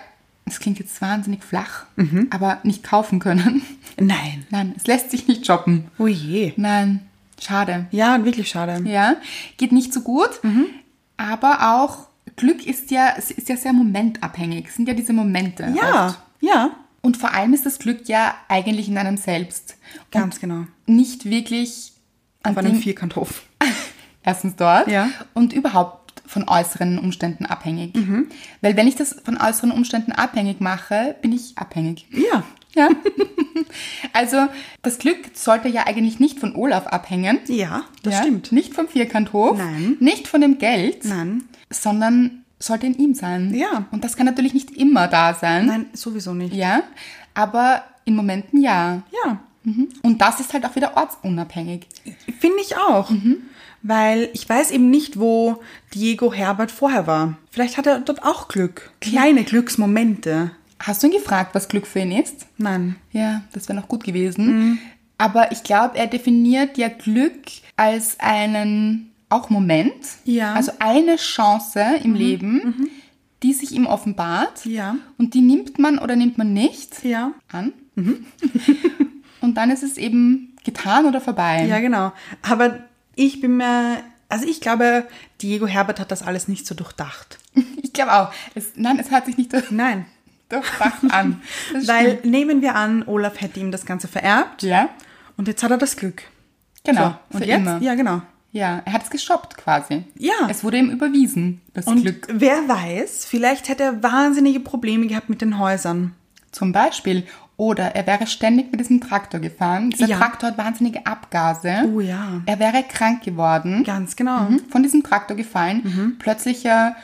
B: das klingt jetzt wahnsinnig flach,
A: Mhm.
B: aber nicht kaufen können. [laughs]
A: Nein.
B: Nein, es lässt sich nicht shoppen.
A: Oh je.
B: Nein, schade.
A: Ja, wirklich schade.
B: Ja, geht nicht so gut,
A: Mhm.
B: aber auch Glück ist ja, es ist ja sehr momentabhängig, es sind ja diese Momente. Oft.
A: Ja, ja.
B: Und vor allem ist das Glück ja eigentlich in einem selbst.
A: Ganz genau.
B: Und nicht wirklich an
A: Auf einem
B: dem,
A: Vierkanthof.
B: erstens dort
A: Ja.
B: und überhaupt von äußeren Umständen abhängig.
A: Mhm.
B: Weil wenn ich das von äußeren Umständen abhängig mache, bin ich abhängig.
A: Ja.
B: Ja. also das Glück sollte ja eigentlich nicht von Olaf abhängen.
A: Ja, das
B: Ja,
A: stimmt.
B: Nicht vom Vierkanthof.
A: Nein.
B: Nicht von dem Geld.
A: Nein.
B: Sondern sollte in ihm sein.
A: Ja.
B: Und das kann natürlich nicht immer da sein.
A: Nein, sowieso nicht.
B: Ja. Aber in Momenten ja.
A: Ja,
B: Mhm. Und das ist halt auch wieder ortsunabhängig.
A: finde ich auch. Weil ich weiß eben nicht, wo Diego Herbert vorher war. Vielleicht hat er dort auch Glück. Kleine Glücksmomente.
B: Hast du ihn gefragt, was Glück für ihn ist?
A: Nein.
B: Ja, das wäre noch gut gewesen.
A: Mhm.
B: Aber ich glaube, er definiert ja Glück als einen auch Moment,
A: Ja. Mhm.
B: also eine Chance im Leben, die sich ihm offenbart.
A: Ja.
B: Und die nimmt man oder nimmt man nicht
A: Ja. Mhm.
B: an. [laughs] und dann ist es eben getan oder vorbei.
A: Ja, genau. Aber ich bin mir, also ich glaube, Diego Herbert hat das alles nicht so durchdacht.
B: Ich glaube auch. Es, nein, es hat sich nicht [laughs] durch,
A: Nein.
B: durchdacht an.
A: [laughs]
B: Das
A: Weil
B: stimmt.
A: nehmen wir an, Olaf hätte ihm das Ganze vererbt
B: ja,
A: und jetzt hat er das Glück.
B: genau.
A: So,
B: für
A: und jetzt?
B: immer.
A: Ja, genau.
B: Ja, er hat es geshoppt quasi.
A: Ja.
B: Es wurde ihm überwiesen, das
A: Und
B: Glück.
A: wer weiß, vielleicht hätte er wahnsinnige Probleme gehabt mit den Häusern.
B: Zum Beispiel. Oder er wäre ständig mit diesem Traktor gefahren. Dieser
A: Ja.
B: Traktor hat wahnsinnige Abgase.
A: Oh ja.
B: Er wäre krank geworden.
A: Ganz genau.
B: Mhm.
A: Mhm.
B: Von diesem Traktor gefallen. Plötzlicher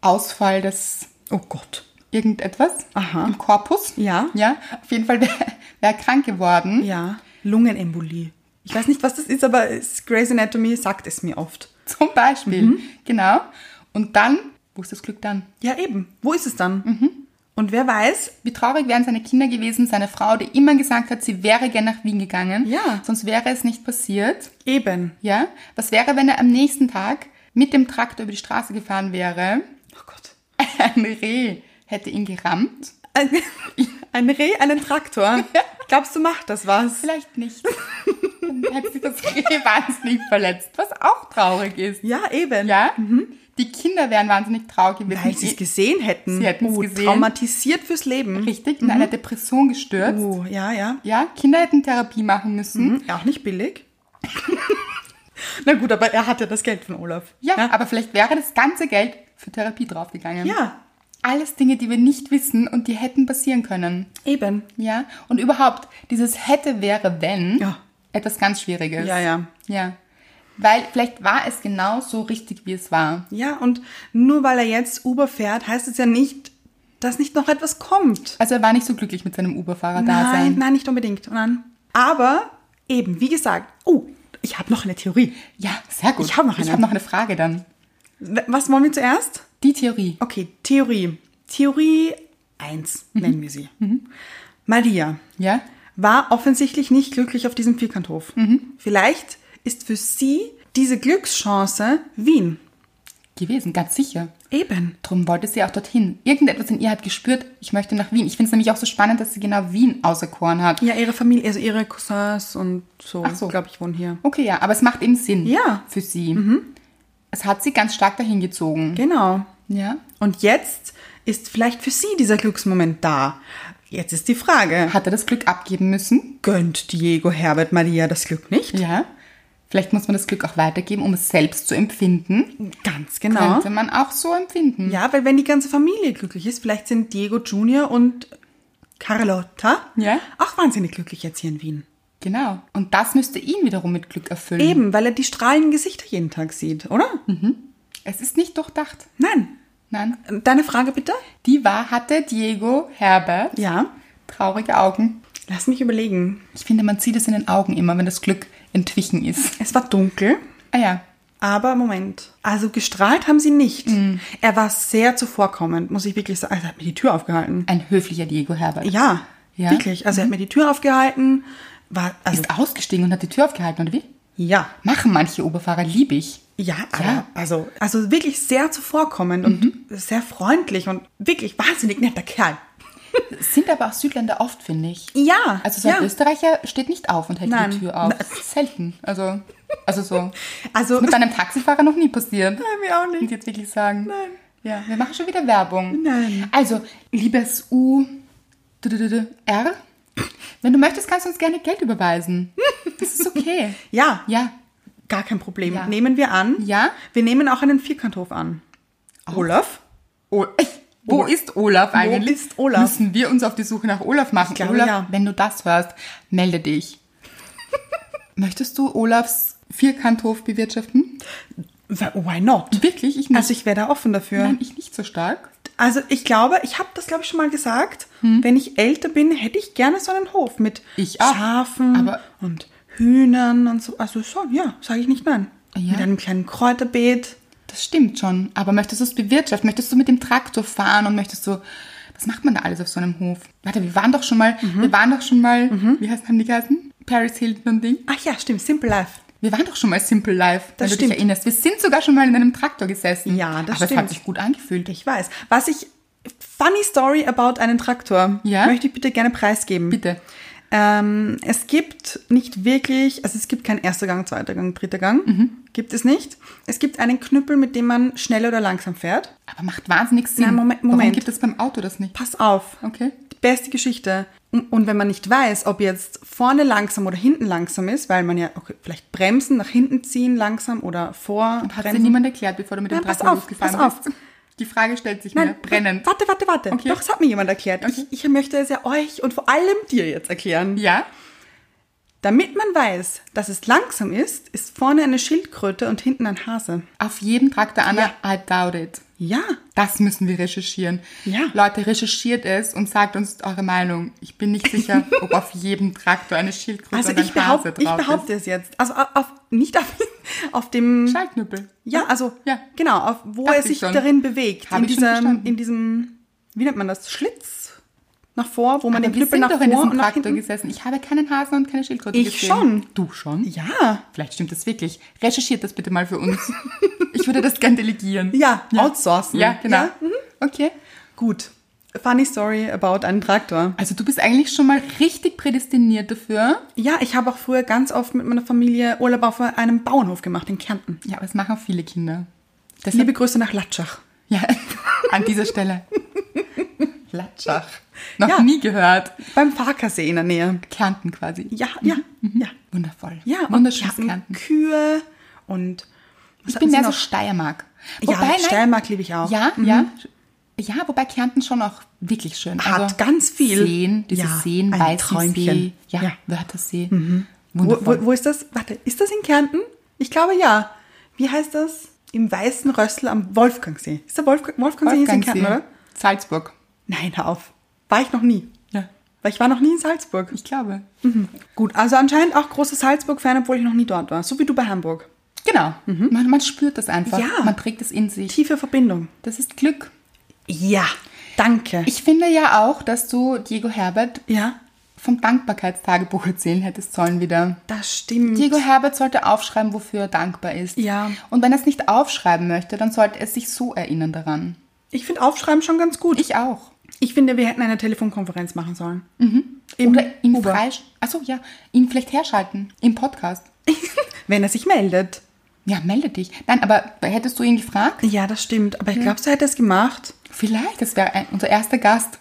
B: Ausfall des
A: Oh Gott.
B: irgendetwas
A: Aha.
B: im Korpus.
A: Ja.
B: Ja, auf jeden Fall [laughs] wäre wär krank geworden.
A: Ja, Lungenembolie. Ich weiß nicht, was das ist, aber es- Grey's Anatomy sagt es mir oft.
B: Zum Beispiel.
A: Mhm.
B: Genau. Und dann, wo ist das Glück dann?
A: Ja, eben. Wo ist es dann?
B: Mhm.
A: Und wer weiß,
B: Wie traurig wären seine Kinder gewesen, seine Frau, die immer gesagt hat, sie wäre gern nach Wien gegangen.
A: Ja.
B: Sonst wäre es nicht passiert.
A: eben.
B: Ja. Was wäre, wenn er am nächsten Tag mit dem Traktor über die Straße gefahren wäre? [laughs]
A: Oh Gott.
B: Ein Reh hätte ihn gerammt.
A: Ein, [laughs] ein Reh, einen
B: [laughs]
A: Traktor. Glaubst du, macht das was?
B: Vielleicht nicht. Dann hätte sich das Reh [laughs] wahnsinnig verletzt, was auch traurig ist.
A: Ja, eben.
B: Ja? Die Kinder wären wahnsinnig traurig gewesen.
A: Mhm. Weil sie es gesehen hätten.
B: Sie hätten's
A: oh,
B: gesehen.
A: Traumatisiert fürs Leben.
B: Richtig, in einer Depression gestürzt.
A: Mhm. Oh, ja, ja.
B: Ja, Kinder hätten Therapie machen müssen.
A: Hm, Auch nicht billig. [laughs] Na gut, aber er hat ja das Geld von Olaf.
B: Ja, aber vielleicht wäre das ganze Geld für Therapie draufgegangen.
A: Ja,
B: Alles Dinge, die wir nicht wissen und die hätten passieren können.
A: eben.
B: Ja, und überhaupt, dieses hätte, wäre, wenn,
A: Ja.
B: etwas ganz Schwieriges.
A: Ja, ja.
B: Ja. Weil vielleicht war es genau so richtig, wie es war.
A: Ja, und nur weil er jetzt Uber fährt, heißt es ja nicht, dass nicht noch etwas kommt.
B: Also er war nicht so glücklich mit seinem
A: nein,
B: Uber-Fahrer-Dasein.
A: nein, nicht unbedingt. Nein. Aber eben, wie gesagt, oh, ich habe noch eine Theorie.
B: Ja, sehr gut.
A: Ich hab noch
B: Ich
A: eine.
B: habe noch eine Frage dann.
A: W- Was wollen wir zuerst?
B: Die Theorie.
A: Okay, Theorie. Theorie 1 nennen wir sie. Maria
B: Ja?
A: war offensichtlich nicht glücklich auf diesem Vierkanthof.
B: Mhm.
A: Vielleicht ist für sie diese Glückschance Wien.
B: Gewesen, ganz sicher.
A: Eben.
B: Drum wollte sie auch dorthin. Irgendetwas in ihr hat gespürt, ich möchte nach Wien. Ich finde es nämlich auch so spannend, dass sie genau Wien auserkoren hat.
A: Ja, ihre Familie, also ihre Cousins und so,
B: Ach so.
A: glaube ich, wohnen hier.
B: Okay, ja, aber es macht eben Sinn
A: Ja. Mhm.
B: für sie. Es hat sie ganz stark dahin gezogen.
A: Genau.
B: Ja.
A: Und jetzt ist vielleicht für sie dieser Glücksmoment da. Jetzt ist die Frage,
B: Hat er das Glück abgeben müssen?
A: gönnt Diego Herbert Maria das Glück nicht?
B: Ja. Vielleicht muss man das Glück auch weitergeben, um es selbst zu empfinden.
A: Ganz genau.
B: Mhm. Könnte man auch so empfinden.
A: Ja, weil wenn die ganze Familie glücklich ist, vielleicht sind Diego Junior und Carlotta
B: Ja.
A: auch wahnsinnig glücklich jetzt hier in Wien.
B: Genau. Und das müsste ihn wiederum mit Glück erfüllen.
A: Eben, weil er die strahlenden Gesichter jeden Tag sieht, oder?
B: Mhm. Es ist nicht durchdacht.
A: Nein.
B: Nein.
A: Deine Frage bitte?
B: Die war, hatte Diego Herbert
A: Ja.
B: traurige Augen.
A: Lass mich überlegen.
B: Ich finde, man sieht es in den Augen immer, wenn das Glück entwichen ist.
A: Es war dunkel,
B: Ah ja.
A: aber Moment. Also gestrahlt haben sie nicht.
B: Mhm.
A: Er war sehr zuvorkommend, muss ich wirklich sagen. Also er hat mir die Tür aufgehalten.
B: Ein höflicher Diego Herbert.
A: Ja,
B: Ja? Mhm.
A: wirklich. Also er hat mir die Tür aufgehalten, war also
B: Ist ausgestiegen und hat die Tür aufgehalten, oder wie?
A: ja,
B: Machen manche Oberfahrer, liebe ich.
A: ja, aber
B: Ja. Mhm.
A: also also wirklich sehr zuvorkommend und sehr freundlich und wirklich wahnsinnig netter Kerl.
B: Sind aber auch Südländer oft, finde ich.
A: Ja,
B: Also so ein
A: ja.
B: Österreicher steht nicht auf und hält
A: Nein.
B: die Tür auf.
A: Nein.
B: Selten. Also, also so.
A: [laughs] Also-
B: Ist mit einem Taxifahrer noch nie passiert. Nein,
A: mir auch nicht.
B: Und jetzt wirklich sagen.
A: Nein.
B: Ja, wir machen schon wieder Werbung.
A: Nein.
B: Also, liebes U R, wenn du möchtest, kannst du uns gerne Geld überweisen. Das
A: [laughs]
B: ist okay.
A: Ja,
B: Ja.
A: gar kein Problem.
B: Ja.
A: Nehmen wir an.
B: Ja.
A: Wir nehmen auch einen Vierkanthof an. Olaf?
B: O- Oh, wo ist Olaf eigentlich?
A: ist Olaf?
B: Müssen wir uns auf die Suche nach Olaf machen?
A: glaube,
B: Olaf,
A: ja.
B: wenn du das hörst,
A: [laughs]
B: melde dich. Möchtest du Olafs Vierkanthof bewirtschaften?
A: Why not?
B: Wirklich? Ich nicht.
A: Also ich wäre da offen dafür.
B: Nein, ich nicht so stark.
A: Also ich glaube, ich habe das glaube ich schon mal gesagt, wenn ich älter bin, hätte ich gerne so einen Hof mit
B: Hm. Ich auch,
A: Schafen
B: aber-
A: und Hühnern und so. Also schon, ja, sage ich nicht nein.
B: Ah, Ja.
A: Mit einem kleinen Kräuterbeet.
B: Das stimmt schon. Aber möchtest du es bewirtschaften? Möchtest du mit dem Traktor fahren und möchtest du. Was macht man da alles auf so einem Hof? Warte, wir waren doch schon mal.
A: Mhm.
B: Wir waren doch schon mal. Wie heißt, haben die geheißen? Paris Hilton und Ding.
A: Ach ja, stimmt, Simple Life.
B: Wir waren doch schon mal Simple Life,
A: Das
B: wenn du
A: stimmt.
B: dich erinnerst. Wir sind sogar schon mal in einem Traktor gesessen.
A: Ja, das
B: Aber es
A: stimmt.
B: hat sich gut angefühlt.
A: Ich weiß. Was ich funny story about einen Traktor
B: Ja?
A: möchte ich bitte gerne preisgeben.
B: Bitte.
A: Ähm, es gibt nicht wirklich, also es gibt keinen erster Gang, zweiter Gang, dritter Gang.
B: Mhm.
A: Gibt es nicht. Es gibt einen Knüppel, mit dem man schnell oder langsam fährt.
B: Aber macht wahnsinnig Sinn.
A: Nein, Moment,
B: Warum
A: Moment.
B: gibt es beim Auto das nicht?
A: Pass auf.
B: Okay.
A: Die beste Geschichte. Und, und wenn man nicht weiß, ob jetzt vorne langsam oder hinten langsam ist, weil man ja okay, vielleicht bremsen, nach hinten ziehen langsam oder vor.
B: Hat dir
A: bremsen.
B: niemand erklärt, bevor du mit dem
A: Nein, pass
B: Traktor
A: auf,
B: losgefahren
A: pass auf.
B: bist? Die Frage stellt sich mir
A: Nein,
B: brennend.
A: Warte, warte, warte.
B: Okay.
A: Doch, es hat mir jemand erklärt.
B: Okay.
A: Ich, ich möchte es ja euch und vor allem dir jetzt erklären.
B: Ja?
A: Damit man weiß, dass es langsam ist, ist vorne eine Schildkröte und hinten ein Hase.
B: Auf jedem Traktor, Anna,
A: Ja.
B: I doubt it.
A: Ja.
B: Das müssen wir recherchieren.
A: Ja.
B: Leute, recherchiert es und sagt uns eure Meinung. Ich bin nicht sicher,
A: [laughs]
B: ob auf jedem Traktor eine Schildkröte
A: Also
B: oder
A: ich
B: ein Hase
A: behaupte, ich
B: drauf
A: behaupte es jetzt. Also au- auf, nicht auf, [laughs] auf dem.
B: ist. Schallknüppel.
A: Ja, also
B: Ja.
A: genau, auf, wo
B: Dachte
A: er
B: ich
A: sich
B: schon.
A: darin bewegt.
B: Hab
A: in
B: ich schon
A: diesem,
B: verstanden.
A: in diesem, wie nennt man das? Schlitz nach vor, wo man
B: Aber
A: den
B: wir
A: Knüppel
B: sind
A: nach
B: doch in
A: vor
B: diesem
A: und nach
B: Traktor
A: hinten.
B: gesessen. Ich habe keinen Hasen und keine Schildkröte
A: Ich
B: gesehen.
A: schon.
B: Du schon?
A: Ja.
B: Vielleicht stimmt das wirklich. Recherchiert das bitte mal
A: [laughs]
B: für uns. ich würde das gern delegieren.
A: Ja, outsourcen.
B: Ja, genau.
A: Ja, mhm.
B: Okay.
A: Gut. Funny Story about einen Traktor.
B: Also du bist eigentlich schon mal richtig prädestiniert dafür.
A: Ja, ich habe auch früher ganz oft mit meiner Familie Urlaub auf einem Bauernhof gemacht in Kärnten.
B: Ja, aber das machen auch viele Kinder. Deshalb,
A: Liebe Grüße nach Latschach.
B: ja, [laughs] an dieser Stelle. Latschach. Noch
A: Ja.
B: nie gehört.
A: Beim Farkasee in der Nähe.
B: Kärnten quasi.
A: Ja, ja,
B: Mhm.
A: ja.
B: Wundervoll.
A: Ja, und
B: Wunderschönes
A: wir hatten
B: Hm, Kärnten.
A: Kühe und was
B: Ich
A: hatten
B: bin
A: sie
B: mehr so
A: noch?
B: Steiermark.
A: Ja, Steiermark liebe ich auch. Mhm.
B: Ja, ja. Ja, wobei Kärnten schon auch wirklich schön. Also
A: Hat ganz viel.
B: Seen, diese
A: Ja,
B: Seen,
A: ein
B: Weißensee,
A: Träumchen.
B: ja,
A: Ja. Mhm.
B: Wörthersee.
A: wo,
B: Wundervoll.
A: wo, wo ist das? Warte, ist das in Kärnten? Ich glaube ja. Wie heißt das? Im Weißen Rössel am Wolfgangsee. Ist der Wolfgang, Wolfgangsee, ist in
B: Wolfgangsee.
A: Kärnten, oder?
B: Salzburg.
A: Nein, hör auf. War ich noch nie.
B: Ja,
A: Weil ich war noch nie in Salzburg.
B: ich glaube.
A: Gut, also anscheinend auch großer Salzburg-Fan, obwohl ich noch nie dort war. So wie du bei Hamburg.
B: Genau. Man, man spürt das einfach.
A: Mhm. Ja.
B: Man trägt es in sich.
A: Tiefe Verbindung.
B: Das ist Glück.
A: Ja, danke.
B: Ich finde ja auch, dass du Diego Herbert
A: ja,
B: vom Dankbarkeitstagebuch erzählen hättest sollen wieder.
A: das stimmt.
B: Diego Herbert sollte aufschreiben, wofür er dankbar ist.
A: Ja.
B: Und wenn er es nicht aufschreiben möchte, dann sollte er sich so erinnern daran.
A: Ich finde Aufschreiben schon ganz gut.
B: Ich auch.
A: Ich finde, wir hätten eine Telefonkonferenz machen sollen. Im
B: Mhm. Oder ihn
A: Uber.
B: frei, achso, ja, ihn vielleicht herschalten im Podcast.
A: [laughs] Wenn er sich meldet.
B: Ja, melde dich. Nein, aber hättest du ihn gefragt?
A: Ja, das stimmt. Aber ich glaube, so hätte es gemacht.
B: Vielleicht, das wäre ein- unser
A: [laughs]
B: erster Gast.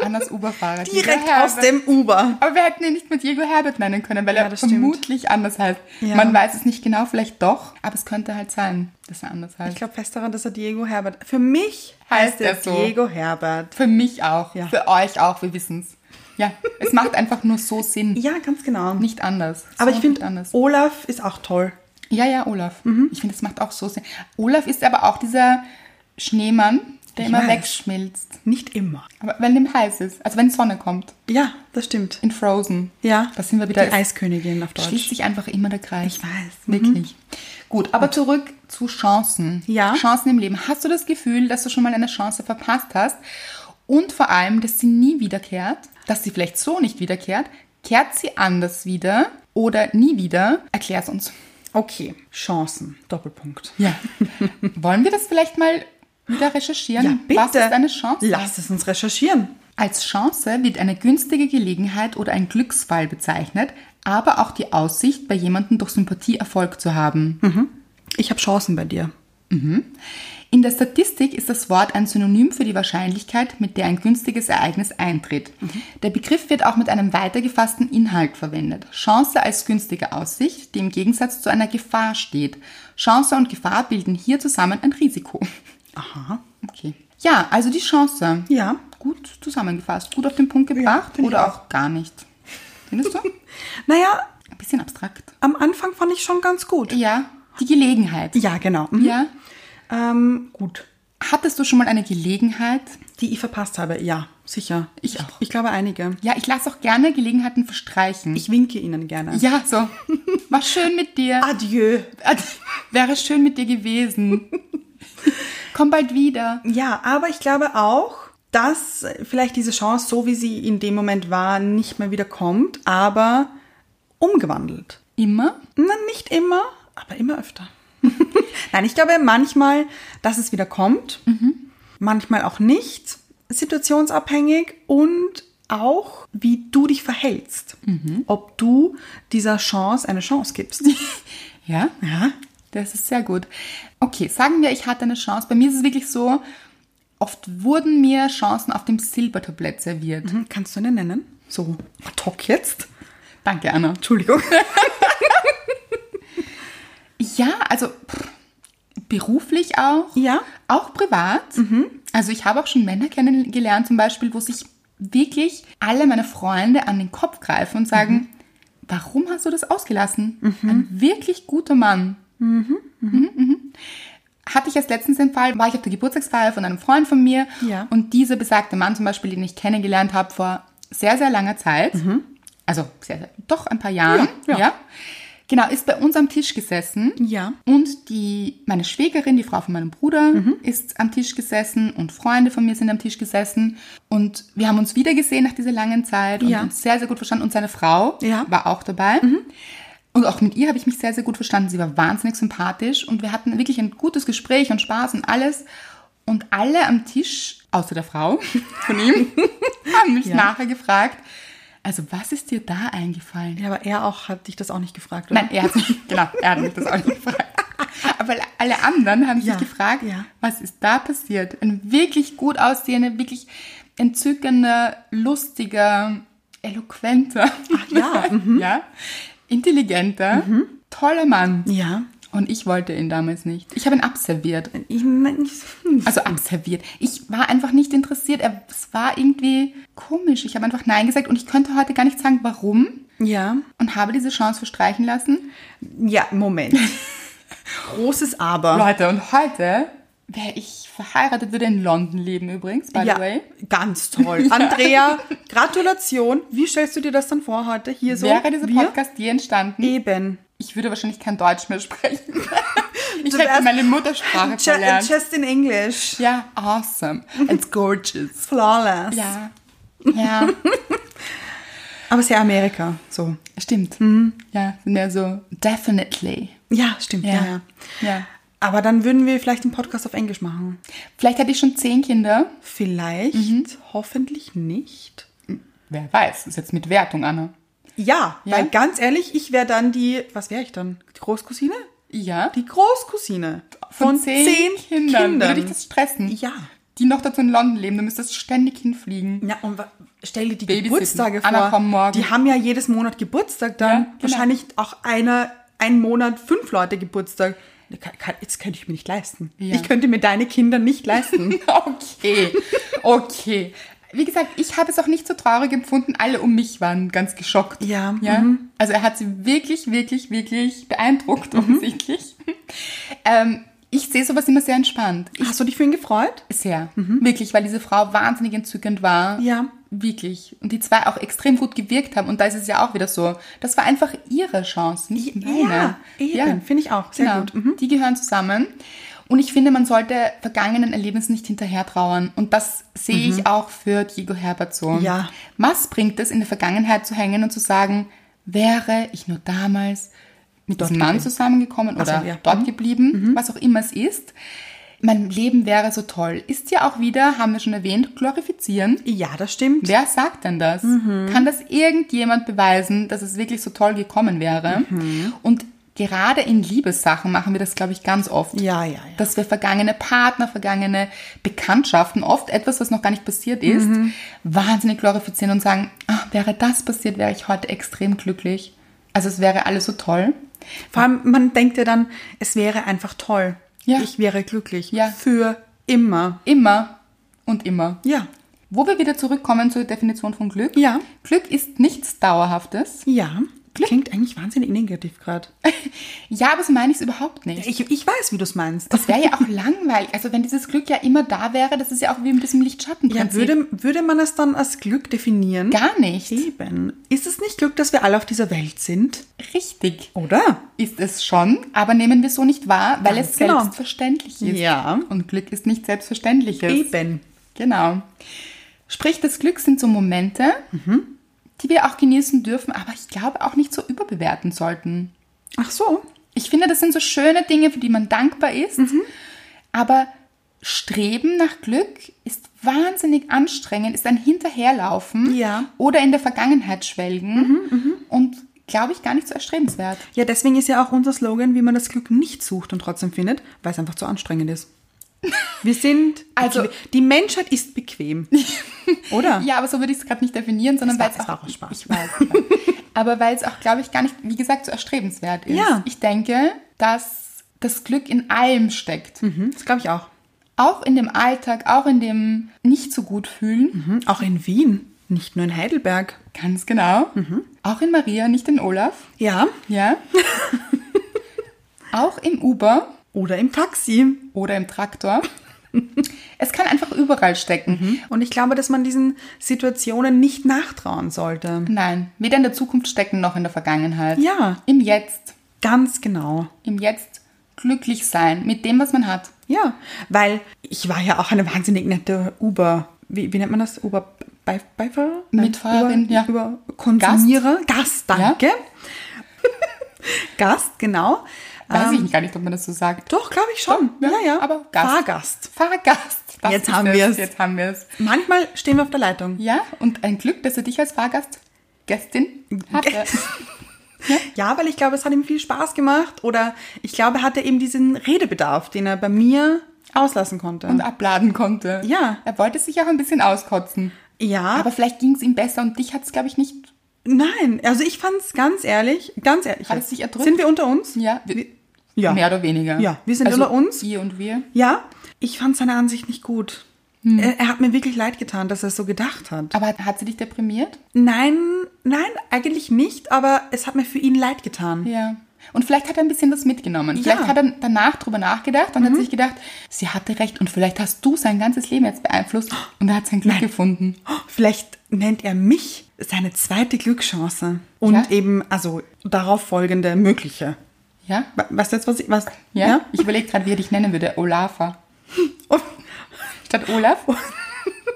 B: Anders Uberfahrer.
A: Direkt
B: Diego
A: aus
B: Herbert.
A: dem Uber.
B: Aber wir hätten ihn nicht mit Diego Herbert nennen können, weil
A: Ja,
B: er
A: das stimmt.
B: vermutlich anders heißt.
A: Ja.
B: Man weiß es nicht genau, vielleicht doch, aber es könnte halt sein, dass er anders heißt.
A: Ich glaube fest daran, dass er Diego Herbert. Für mich
B: Heißt
A: heißt,
B: er
A: er
B: so.
A: Diego Herbert.
B: Für mich auch,
A: Ja.
B: für euch auch, wir wissen es. Ja, es macht einfach nur so Sinn,
A: Ja, ganz genau.
B: nicht anders.
A: Aber
B: so
A: ich
B: nicht
A: finde,
B: anders.
A: Olaf ist auch toll.
B: Ja, ja, Olaf.
A: Mhm.
B: Ich finde, das macht auch so Sinn. Olaf ist aber auch dieser Schneemann, der
A: Ich
B: immer
A: weiß.
B: wegschmilzt.
A: Nicht immer.
B: Aber wenn dem heiß ist, also wenn Sonne kommt,
A: Ja, das stimmt.
B: in Frozen.
A: Ja.
B: Da sind wir wieder.
A: Die Eiskönigin auf
B: Schließt
A: Deutsch.
B: sich einfach immer der Kreis.
A: Ich weiß. Mhm.
B: Wirklich. Gut, aber zurück zu Chancen.
A: Ja.
B: Chancen im Leben. Hast du das Gefühl, dass du schon mal eine Chance verpasst hast und vor allem, dass sie nie wiederkehrt, dass sie vielleicht so nicht wiederkehrt, kehrt sie anders wieder oder nie wieder? Erklär's uns.
A: Okay. Chancen. Doppelpunkt.
B: Ja. [laughs] Wollen wir das vielleicht mal wieder recherchieren?
A: Ja, bitte.
B: Was ist eine Chance?
A: Lass es uns recherchieren.
B: Als Chance wird eine günstige Gelegenheit oder ein Glücksfall bezeichnet, aber auch die Aussicht, bei jemandem durch Sympathie Erfolg zu haben.
A: Ich habe Chancen bei dir.
B: In der Statistik ist das Wort ein Synonym für die Wahrscheinlichkeit, mit der ein günstiges Ereignis eintritt. Der Begriff wird auch mit einem weitergefassten Inhalt verwendet. Chance als günstige Aussicht, die im Gegensatz zu einer Gefahr steht. Chance und Gefahr bilden hier zusammen ein Risiko.
A: Aha.
B: Okay. Ja, also die Chance.
A: Ja.
B: Gut zusammengefasst, gut auf den Punkt gebracht
A: finde ich
B: oder auch gar nicht. Findest du?
A: [laughs] Naja,
B: Ein bisschen abstrakt.
A: am Anfang fand ich schon ganz gut.
B: Ja, die Gelegenheit.
A: Ja, genau. Mhm.
B: Ja.
A: Ähm, gut.
B: Hattest du schon mal eine Gelegenheit?
A: Die ich verpasst habe, ja, sicher.
B: Ich auch.
A: Ich glaube einige.
B: Ja, ich lasse auch gerne Gelegenheiten verstreichen.
A: Ich winke ihnen gerne.
B: ja, so. War schön mit dir.
A: Ah.
B: Äh,
A: Adieu.
B: Wäre schön mit dir gewesen. Komm bald wieder.
A: Ja, aber ich glaube auch, dass vielleicht diese Chance, so wie sie in dem Moment war, nicht mehr wieder kommt, aber umgewandelt.
B: Immer?
A: Na, nicht immer, aber immer öfter. [laughs] Nein, ich glaube manchmal, dass es wieder kommt,
B: Mhm.
A: manchmal auch nicht, situationsabhängig und auch, wie du dich verhältst.
B: Mhm.
A: Ob du dieser Chance eine Chance
B: [laughs]
A: gibst.
B: Ja?
A: ja,
B: Das ist sehr gut. Okay, sagen wir, ich hatte eine Chance. Bei mir ist es wirklich so, oft wurden mir Chancen auf dem Silbertablett serviert.
A: Mhm, Kannst du eine nennen? So ad hoc jetzt?
B: Danke,
A: [laughs]
B: Anna.
A: Entschuldigung.
B: Ja, also pff, beruflich auch.
A: Ja. Mhm.
B: Auch privat. Also ich habe auch schon Männer kennengelernt zum Beispiel, wo sich wirklich alle meine Freunde an den Kopf greifen und sagen,
A: Mhm.
B: warum hast du das ausgelassen? Ein wirklich guter Mann. Mhm. Mhm. mhm. hatte ich erst letztens den Fall, war ich auf der Geburtstagsfeier von einem Freund von mir
A: Ja.
B: und dieser besagte Mann zum Beispiel, den ich kennengelernt habe vor sehr, sehr langer Zeit,
A: Mhm.
B: also sehr, sehr, doch ein paar Jahren,
A: Ja,
B: ja,
A: ja.
B: genau, ist bei uns am Tisch gesessen
A: Ja.
B: und die, meine Schwägerin, die Frau von meinem Bruder,
A: Mhm.
B: ist am Tisch gesessen und Freunde von mir sind am Tisch gesessen und wir haben uns wiedergesehen nach dieser langen Zeit und
A: Ja.
B: uns sehr, sehr gut verstanden und seine Frau
A: Ja. Mhm.
B: war auch dabei. Und auch mit ihr habe ich mich sehr, sehr gut verstanden. Sie war wahnsinnig sympathisch und wir hatten wirklich ein gutes Gespräch und Spaß und alles. Und alle am Tisch, außer der Frau [laughs] von ihm, haben mich nachher gefragt, also was ist dir da eingefallen?
A: Ja, aber er auch hat dich das auch nicht gefragt, oder?
B: Nein, er hat
A: [laughs]
B: mich, genau, er hat mich das auch nicht gefragt. Aber alle anderen haben
A: Ja,
B: sich gefragt,
A: ja.
B: was ist da passiert? Ein wirklich gut aussehender, wirklich entzückender, lustiger, eloquenter,
A: ja, Mhm.
B: [laughs] ja, intelligenter, toller Mann.
A: Ja.
B: Und ich wollte ihn damals nicht. Ich habe ihn abserviert.
A: Ich meine, ich- hm. Mhm.
B: Also abserviert. Ich war einfach nicht interessiert. Er- Es war irgendwie komisch. Ich habe einfach Nein gesagt und ich könnte heute gar nicht sagen, warum.
A: ja.
B: Und habe diese Chance verstreichen lassen.
A: Ja, Moment. Großes Aber.
B: Leute, und heute wäre ich verheiratet, würde in London leben übrigens, by
A: ja,
B: the way.
A: ganz [laughs] toll. Andrea, Gratulation. Wie stellst du dir das dann vor heute hier so?
B: wäre dieser
A: Wir?
B: Podcast je entstanden,
A: Eben.
B: ich würde wahrscheinlich kein Deutsch
A: [laughs]
B: mehr sprechen. ich hätte
A: wärst-
B: meine Muttersprache
A: Ju-
B: verlernt.
A: Just in English.
B: ja, awesome. It's gorgeous.
A: Flawless.
B: Ja. Ja,
A: Aber sehr Amerika, so.
B: stimmt.
A: Mhm.
B: Ja, sind ja so definitely.
A: Ja, stimmt. Ja. Ja,
B: ja.
A: Aber dann würden wir vielleicht einen Podcast auf Englisch machen.
B: Vielleicht hätte ich schon zehn Kinder.
A: Vielleicht, hoffentlich nicht.
B: Wer weiß, ist jetzt mit Wertung, Anna.
A: Ja,
B: Ja?
A: weil ganz ehrlich, ich wäre dann die, was wäre ich dann? Die Großcousine?
B: Ja.
A: Die Großcousine von, zehn, Kindern.
B: Würde dich das stressen?
A: Ja.
B: Die noch dazu in London leben, du müsstest ständig hinfliegen.
A: Na, und wa- stell dir die
B: Babysitten.
A: Geburtstage vor.
B: Anna, komm morgen.
A: Die haben ja jedes Monat Geburtstag dann.
B: Ja, genau.
A: Wahrscheinlich auch eine, einen Monat fünf Leute Geburtstag. Ne, Ka- ka- Das könnte ich mir nicht leisten.
B: Ja.
A: Ich könnte mir deine Kinder nicht leisten.
B: [laughs] Okay, okay. Wie gesagt, ich habe es auch nicht so traurig empfunden. Alle um mich waren ganz geschockt.
A: Ja, mhm.
B: ja? Also er hat sie wirklich, wirklich, wirklich beeindruckt offensichtlich. ähm, ich sehe sowas immer sehr entspannt.
A: Hast du dich für ihn gefreut?
B: Sehr. Wirklich, weil diese Frau wahnsinnig entzückend war.
A: Mhm. Ja.
B: Wirklich. Und die zwei auch extrem gut gewirkt haben. Und da ist es ja auch wieder so. Das war einfach ihre Chance, nicht meine.
A: eben. Finde ich auch. Sehr
B: genau.
A: gut. Mhm.
B: Die gehören zusammen. Und ich finde, man sollte vergangenen Erlebnissen nicht hinterher trauern. Und das sehe ich auch für Diego Herbert so.
A: Mhm. Ja.
B: Was bringt es, in der Vergangenheit zu hängen und zu sagen, wäre ich nur damals mit diesem Mann zusammengekommen
A: Ach so,
B: oder
A: ja. Mhm.
B: dort geblieben, was auch immer es ist? Mein Leben wäre so toll. Ist ja auch wieder, haben wir schon erwähnt, glorifizieren.
A: Ja, das stimmt.
B: Wer sagt denn das?
A: Mhm.
B: Kann das irgendjemand beweisen, dass es wirklich so toll gekommen wäre?
A: Mhm.
B: Und gerade in Liebessachen machen wir das, glaube ich, ganz oft.
A: Ja, ja, ja.
B: Dass wir vergangene Partner, vergangene Bekanntschaften, oft etwas, was noch gar nicht passiert ist,
A: Mhm.
B: wahnsinnig glorifizieren und sagen, "Ah, wäre das passiert, wäre ich heute extrem glücklich. Also es wäre alles so toll.
A: Vor allem, man denkt ja dann, es wäre einfach toll.
B: Ja.
A: Ich wäre glücklich.
B: Ja.
A: Für immer.
B: Immer und immer.
A: Ja.
B: Wo wir wieder zurückkommen zur Definition von Glück.
A: Ja.
B: Glück ist nichts Dauerhaftes. [laughs]
A: Ja. Klingt eigentlich wahnsinnig negativ gerade.
B: Ja, aber so meine ich es überhaupt nicht.
A: Ich, ich weiß, wie du es meinst.
B: Das wäre ja auch langweilig. Also wenn dieses Glück ja immer da wäre, das ist ja auch wie ein bisschen
A: Ja,
B: Lichtschattenprinzip.
A: würde, würde man es dann als Glück definieren?
B: gar nicht.
A: Eben. Ist es nicht Glück, dass wir alle auf dieser Welt sind?
B: Richtig.
A: Oder?
B: Ist es schon, aber nehmen wir es so nicht wahr, weil
A: Ganz
B: es
A: genau.
B: selbstverständlich ist.
A: Ja.
B: Und Glück ist nicht selbstverständliches.
A: Eben.
B: Genau. Sprich, das Glück sind so Momente,
A: Mhm.
B: die wir auch genießen dürfen, aber ich glaube auch nicht so überbewerten sollten.
A: Ach so.
B: Ich finde, das sind so schöne Dinge, für die man dankbar ist.
A: Mhm.
B: Aber Streben nach Glück ist wahnsinnig anstrengend, ist ein Hinterherlaufen
A: Ja. Mhm,
B: oder in der Vergangenheit schwelgen und glaube ich gar nicht so erstrebenswert.
A: Ja, deswegen ist ja auch unser Slogan, wie man das Glück nicht sucht und trotzdem findet, weil es einfach zu anstrengend
B: [laughs]
A: ist. Wir sind.
B: Also-
A: bequem. die Menschheit ist
B: [laughs]
A: bequem. Oder?
B: Ja, aber so würde ich es gerade nicht definieren, sondern
A: war-
B: weil es
A: es
B: auch,
A: war auch Spaß.
B: Ich weiß,
A: [laughs]
B: aber weil es auch, glaube ich, gar nicht, wie gesagt, so erstrebenswert ist.
A: Ja.
B: Ich denke, dass das Glück in allem steckt.
A: Mhm, Das glaube ich auch.
B: Auch in dem Alltag, auch in dem nicht so gut fühlen.
A: Mhm, Auch in Wien, nicht nur in Heidelberg.
B: Ganz genau.
A: [laughs]
B: Auch in Maria, nicht in Olaf.
A: Ja.
B: Ja. auch im Uber.
A: Oder im Taxi.
B: oder im Traktor. es kann einfach überall stecken.
A: Und ich glaube, dass man diesen Situationen nicht nachtrauen sollte.
B: Nein, weder in der Zukunft stecken noch in der Vergangenheit.
A: Ja.
B: Im Jetzt.
A: Ganz genau.
B: Im Jetzt glücklich sein mit dem, was man hat.
A: Ja, weil ich war ja auch eine wahnsinnig nette Uber, wie, wie nennt man das? Uber bei, Beifahrer? Nein,
B: Mitfahrerin,
A: Uber,
B: ja.
A: Uber Konsumierer? Gast, danke. [laughs] Gast, genau.
B: Weiß
A: Ähm,
B: ich gar nicht, ob man das so sagt.
A: Doch, glaube ich schon. ja, ja.
B: Aber Gast.
A: Fahrgast.
B: Fahrgast. Das
A: Jetzt
B: ist
A: haben
B: es.
A: wir's.
B: Jetzt haben wir es.
A: Manchmal stehen wir auf der Leitung.
B: Ja, und ein Glück, dass er dich als Fahrgast Gästin hatte.
A: [laughs] Ja, weil ich glaube, es hat ihm viel Spaß gemacht oder ich glaube, er hatte eben diesen Redebedarf, den er bei mir auslassen konnte.
B: und abladen konnte.
A: Ja. Ah.
B: Er wollte sich auch ein bisschen auskotzen.
A: ja,
B: Aber vielleicht ging es ihm besser und dich hat es, glaube ich, nicht.
A: nein, also ich fand's ganz ehrlich, ganz ehrlich.
B: Hat
A: jetzt.
B: es dich erdrückt?
A: Sind wir unter uns?
B: Ja, wir,
A: Ja.
B: mehr oder weniger.
A: Ja, wir sind unter uns.
B: Ihr und wir.
A: Ja, ich fand seine Ansicht nicht gut.
B: Hm.
A: Er, er hat mir wirklich leid getan, dass er es so gedacht hat.
B: Aber hat sie dich deprimiert?
A: Nein, nein, eigentlich nicht, aber es hat mir für ihn leid getan.
B: Ja. Und vielleicht hat er ein bisschen was
A: Ja.
B: mitgenommen.
A: Mhm.
B: Vielleicht hat er danach drüber nachgedacht und hat sich gedacht, sie hatte recht und vielleicht hast du sein ganzes Leben
A: [gasps]
B: jetzt beeinflusst und er hat sein Glück gefunden.
A: Oh, Vielleicht nennt er mich seine zweite Glückschance und
B: Ja.
A: eben, also darauf folgende mögliche.
B: Ja?
A: We- Weißt du jetzt, was ich, was?
B: Ja? Ich überlege gerade, wie er dich nennen würde. Olafa.
A: Oh,
B: Statt Olaf?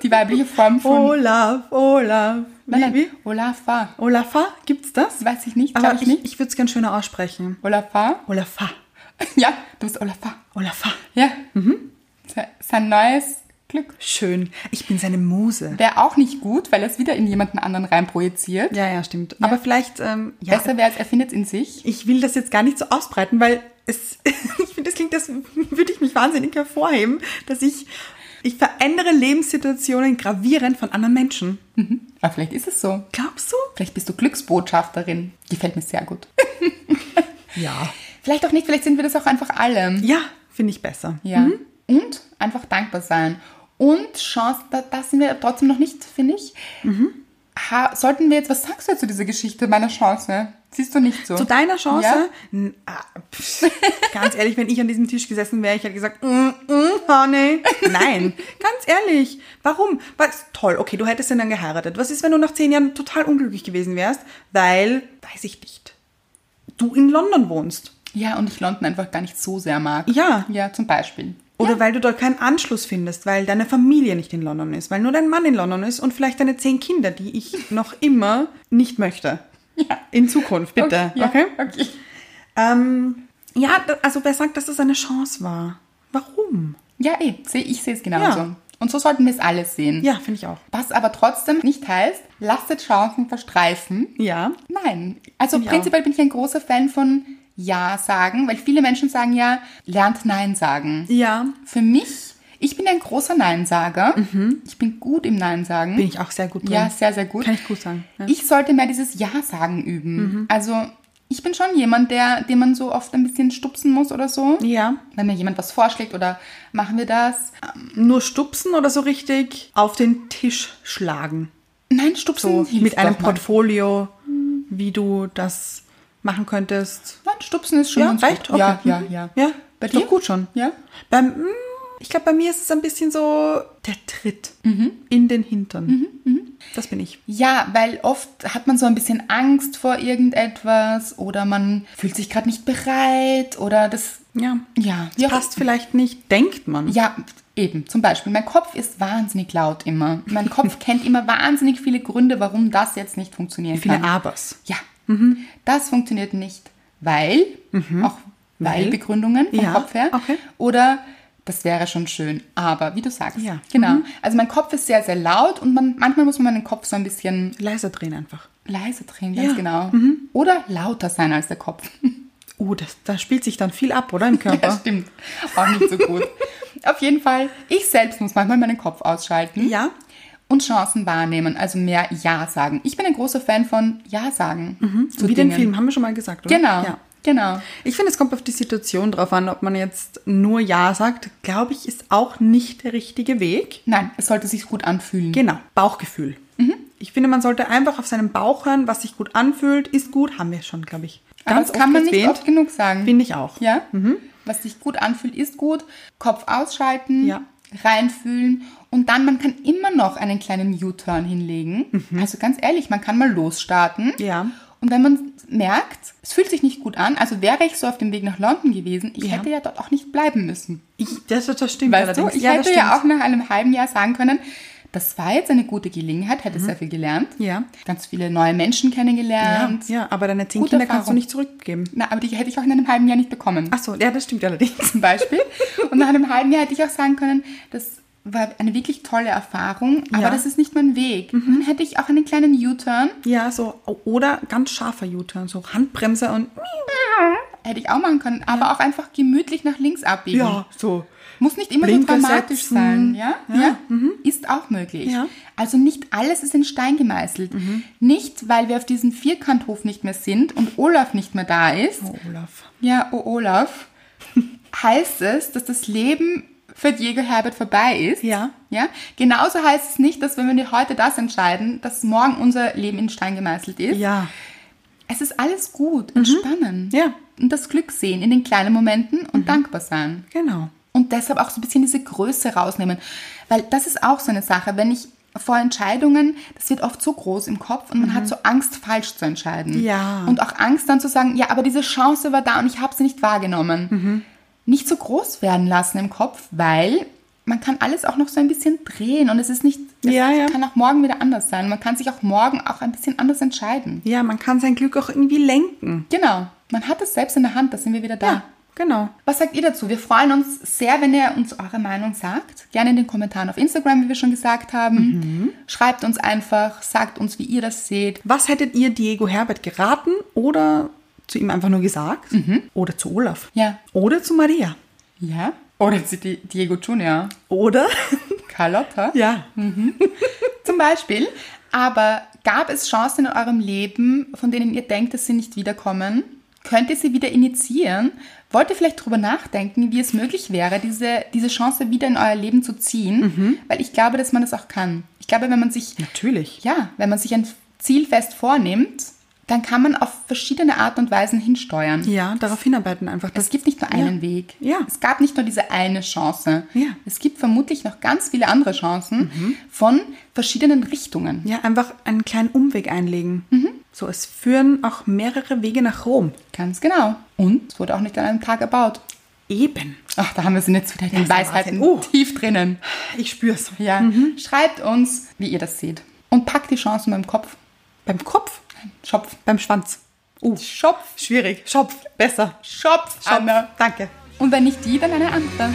B: Die weibliche Form von...
A: Olaf, Olaf.
B: nein, nein,
A: Oh, Wie?
B: Olafa.
A: Olafa, gibt's das?
B: Das weiß ich nicht,
A: Aber
B: glaube
A: ich,
B: ich nicht.
A: ich würde es gern schöner aussprechen.
B: Olafa?
A: Olafa,
B: [laughs] Ja, du bist Olafa.
A: Olafa.
B: Ja. mhm. Se- Sein neues Glück.
A: Schön. Ich bin seine Muse.
B: Wäre auch nicht gut, weil er es wieder in jemanden anderen reinprojiziert.
A: Ja, ja, stimmt. Aber vielleicht, ähm, ja,
B: Besser wäre es, er findet es in sich.
A: ich will das jetzt gar nicht so ausbreiten, weil es, [laughs] ich finde, das klingt, das würde ich mich wahnsinnig hervorheben, dass ich, ich verändere Lebenssituationen gravierend von anderen Menschen.
B: Aber vielleicht ist es so.
A: Glaubst du?
B: Vielleicht bist du Glücksbotschafterin. Gefällt mir sehr gut.
A: Ja.
B: Vielleicht auch nicht, vielleicht sind wir das auch einfach alle.
A: Ja, finde ich besser.
B: Ja. Und einfach dankbar sein. Und Chance, da, da sind wir trotzdem noch nicht, finde ich.
A: Mhm.
B: Ha, sollten wir jetzt, was sagst du jetzt zu dieser Geschichte meiner Chance? Siehst du nicht so?
A: Zu deiner Chance?
B: Ja.
A: N- ah, pff, ganz ehrlich, wenn ich an diesem Tisch gesessen wäre, ich hätte gesagt, mm, mm, honey. Nein, ganz ehrlich. Warum? Was, toll, okay, du hättest ihn dann geheiratet. Was ist, wenn du nach zehn Jahren total unglücklich gewesen wärst? Weil, weiß ich nicht, du in London wohnst.
B: Ja, und ich London einfach gar nicht so sehr mag.
A: Ja.
B: Ja, zum Beispiel.
A: Oder weil du dort keinen Anschluss findest, weil deine Familie nicht in London ist, weil nur dein Mann in London ist und vielleicht deine zehn Kinder, die ich noch immer nicht möchte.
B: Ja.
A: In Zukunft, bitte.
B: Ja,
A: okay?
B: okay.
A: Ähm, ja, da- also wer sagt, dass das eine Chance war? Warum?
B: Ja, eh, seh, ich sehe es genauso.
A: Ja.
B: Und so sollten wir es alles sehen.
A: Ja, finde ich auch.
B: Was aber trotzdem nicht heißt, lasst Chancen verstreifen.
A: Ja.
B: Nein. Also
A: ich
B: prinzipiell bin ich ein großer Fan von Ja sagen, weil viele Menschen sagen ja, lernt Nein sagen.
A: Ja.
B: Für mich, ich bin ein großer Nein-Sager. Ich bin gut im Nein sagen.
A: Mhm. Bin ich auch sehr gut drin.
B: Ja, sehr, sehr gut.
A: Kann ich gut sagen. Ja. Mhm.
B: Ich sollte mehr dieses Ja-Sagen üben. Also, ich bin schon jemand, der, den man so oft ein bisschen stupsen muss oder so.
A: Ja.
B: Wenn mir jemand was vorschlägt oder machen wir das.
A: Nur stupsen oder so richtig auf den Tisch schlagen.
B: Nein, stupsen
A: So
B: hilft
A: mit einem
B: doch mal.
A: Portfolio, wie du das machen könntest.
B: Nein, stupsen ist schon
A: Ja,
B: ganz
A: reicht?
B: gut. Ja,
A: Okay.
B: ja,
A: Mhm.
B: ja.
A: Ja,
B: Bei
A: ist doch
B: dir?
A: gut schon.
B: Ja.
A: Beim, mm, ich glaube, bei mir ist es ein bisschen so der Tritt in den Hintern. Das bin ich.
B: Ja, weil oft hat man so ein bisschen Angst vor irgendetwas oder man fühlt sich gerade nicht bereit oder das.
A: Ja.
B: Ja,
A: Das
B: ja.
A: passt vielleicht nicht, denkt man.
B: Ja, eben. Zum Beispiel, mein Kopf ist wahnsinnig laut immer. Mein Kopf kennt immer wahnsinnig viele Gründe, warum das jetzt nicht funktionieren
A: Viele
B: kann.
A: Abers.
B: Ja,
A: Mhm.
B: das funktioniert nicht, weil, auch weil
A: Weil?
B: Begründungen vom
A: Ja,
B: Kopf her.
A: okay.
B: Oder das wäre schon schön, aber wie du sagst.
A: Ja. Mhm.
B: Genau. Also mein Kopf ist sehr, sehr laut und man, manchmal muss man den Kopf so ein bisschen
A: Leiser drehen einfach.
B: leise drehen, ganz
A: Ja. Mhm.
B: genau. Oder lauter sein als der Kopf. [laughs]
A: Oh, das, da spielt sich dann viel ab, oder? Im Körper.
B: Das stimmt. Auch nicht so
A: [laughs]
B: gut. Auf jeden Fall, ich selbst muss manchmal meinen Kopf ausschalten.
A: Ja.
B: Und Chancen wahrnehmen, also mehr Ja sagen. Ich bin ein großer Fan von Ja sagen. zu
A: Mhm. Wie den
B: Dingen.
A: Film, haben wir schon mal gesagt, oder?
B: Genau.
A: Ja.
B: Genau.
A: Ich finde, es kommt auf die Situation drauf an, ob man jetzt nur Ja sagt, glaube ich, ist auch nicht der richtige Weg.
B: Nein, es sollte sich gut anfühlen.
A: Genau, Bauchgefühl.
B: Mhm.
A: Ich finde, man sollte einfach auf seinen Bauch hören, was sich gut anfühlt, ist gut, haben wir schon, glaube ich.
B: Aber das kann man nicht
A: erwähnt.
B: oft genug sagen.
A: Finde ich auch.
B: Ja? was sich gut anfühlt, ist gut. Kopf ausschalten,
A: Ja.
B: reinfühlen und dann, man kann immer noch einen kleinen U-Turn hinlegen. Also ganz ehrlich, man kann mal losstarten.
A: Mhm. Ja.
B: Und wenn man merkt, es fühlt sich nicht gut an, also wäre ich so auf dem Weg nach London gewesen, ich
A: Ja.
B: hätte ja dort auch nicht bleiben müssen.
A: Ich, das, das stimmt
B: Weißt du,
A: allerdings.
B: ich
A: ja, das
B: hätte ja auch
A: stimmt.
B: nach einem halben Jahr sagen können, das war jetzt eine gute Gelegenheit, hätte sehr viel gelernt.
A: Mhm. Ja.
B: Ganz viele neue Menschen kennengelernt.
A: Ja, ja, aber deine zehn
B: Gute
A: Kinder kannst du
B: Erfahrung.
A: nicht zurückgeben.
B: Na, aber die hätte ich auch in einem halben Jahr nicht bekommen.
A: Ach so, ja, das stimmt allerdings.
B: Zum Beispiel. Und nach einem halben Jahr hätte ich auch sagen können, das war eine wirklich tolle Erfahrung, aber
A: Ja. Mhm.
B: das ist nicht mein Weg. Dann hätte ich auch einen kleinen U-Turn,
A: Ja, so. Oder ganz scharfer U-Turn, so Handbremse und.
B: hätte ich auch machen können, aber auch einfach gemütlich nach links abbiegen.
A: Ja, so.
B: Muss nicht immer
A: Blinker
B: so dramatisch
A: setzen. Mhm.
B: sein, ja? ja. Ist auch möglich.
A: Ja. Mhm.
B: Also nicht alles ist in Stein gemeißelt. Nicht, weil wir auf diesem Vierkanthof nicht mehr sind und Olaf nicht mehr da ist.
A: Oh, Olaf.
B: Ja, oh
A: [laughs]
B: Olaf, heißt es, dass das Leben für Diego Herbert vorbei ist.
A: Ja.
B: Ja. Genauso heißt es nicht, dass wenn wir heute das entscheiden, dass morgen unser Leben in Stein gemeißelt ist.
A: Ja. Mhm.
B: Es ist alles gut, entspannen.
A: Ja. Mhm.
B: Und das Glück sehen in den kleinen Momenten und dankbar sein.
A: Genau.
B: Und deshalb auch so ein bisschen diese Größe rausnehmen. Weil das ist auch so eine Sache, wenn ich vor Entscheidungen, das wird oft so groß im Kopf und man hat so Angst, falsch zu entscheiden.
A: Mhm. Ja.
B: Und auch Angst dann zu sagen, ja, aber diese Chance war da und ich habe sie nicht wahrgenommen.
A: Mhm.
B: Nicht so groß werden lassen im Kopf, weil man kann alles auch noch so ein bisschen drehen und es ist nicht, es
A: Ja, ja.
B: kann auch morgen wieder anders sein. Man kann sich auch morgen auch ein bisschen anders entscheiden.
A: Ja, man kann sein Glück auch irgendwie lenken.
B: Genau, man hat es selbst in der Hand, da sind wir wieder da.
A: genau.
B: Was sagt ihr dazu? Wir freuen uns sehr, wenn ihr uns eure Meinung sagt. Gerne in den Kommentaren auf Instagram, wie wir schon gesagt haben. Schreibt uns einfach, sagt uns, wie ihr das seht.
A: Was hättet ihr Diego Herbert geraten oder zu ihm einfach nur gesagt? Oder zu Olaf?
B: Ja.
A: Oder zu Maria?
B: Ja? Oder zu Di- Diego Junior,
A: Oder? [laughs]
B: Carlotta
A: ja.
B: zum Beispiel. Aber gab es Chancen in eurem Leben, von denen ihr denkt, dass sie nicht wiederkommen? Könnt ihr sie wieder initiieren? Wollt ihr vielleicht darüber nachdenken, wie es möglich wäre, diese, diese Chance wieder in euer Leben zu ziehen? Weil ich glaube, dass man das auch kann. Ich glaube, wenn man sich
A: Natürlich.
B: Mhm. ja, wenn man sich ein Ziel fest vornimmt, dann kann man auf verschiedene Art und Weisen hinsteuern.
A: Ja, darauf hinarbeiten einfach.
B: Es gibt nicht nur einen Weg.
A: Ja.
B: Es gab nicht nur diese eine Chance.
A: Ja. Mhm.
B: Es gibt vermutlich noch ganz viele andere Chancen von verschiedenen Richtungen.
A: Ja, einfach einen kleinen Umweg einlegen. So, es führen auch mehrere Wege nach Rom.
B: Ganz genau. Und es wurde auch nicht an einem Tag erbaut.
A: Eben.
B: Ach, da haben wir sie jetzt wieder in den
A: Ja, Wahnsinn.
B: Weisheiten
A: Oh. Mhm.
B: tief drinnen.
A: Ich spür's.
B: Ja. Schreibt uns, wie ihr das seht. Und packt die Chancen beim Kopf.
A: Beim Kopf,
B: Schopf.
A: beim Schwanz. Uh,
B: Schopf.
A: schwierig. Schopf, besser.
B: Schopf,
A: Schopf.
B: Anna.
A: Danke.
B: Und wenn nicht die, dann eine andere.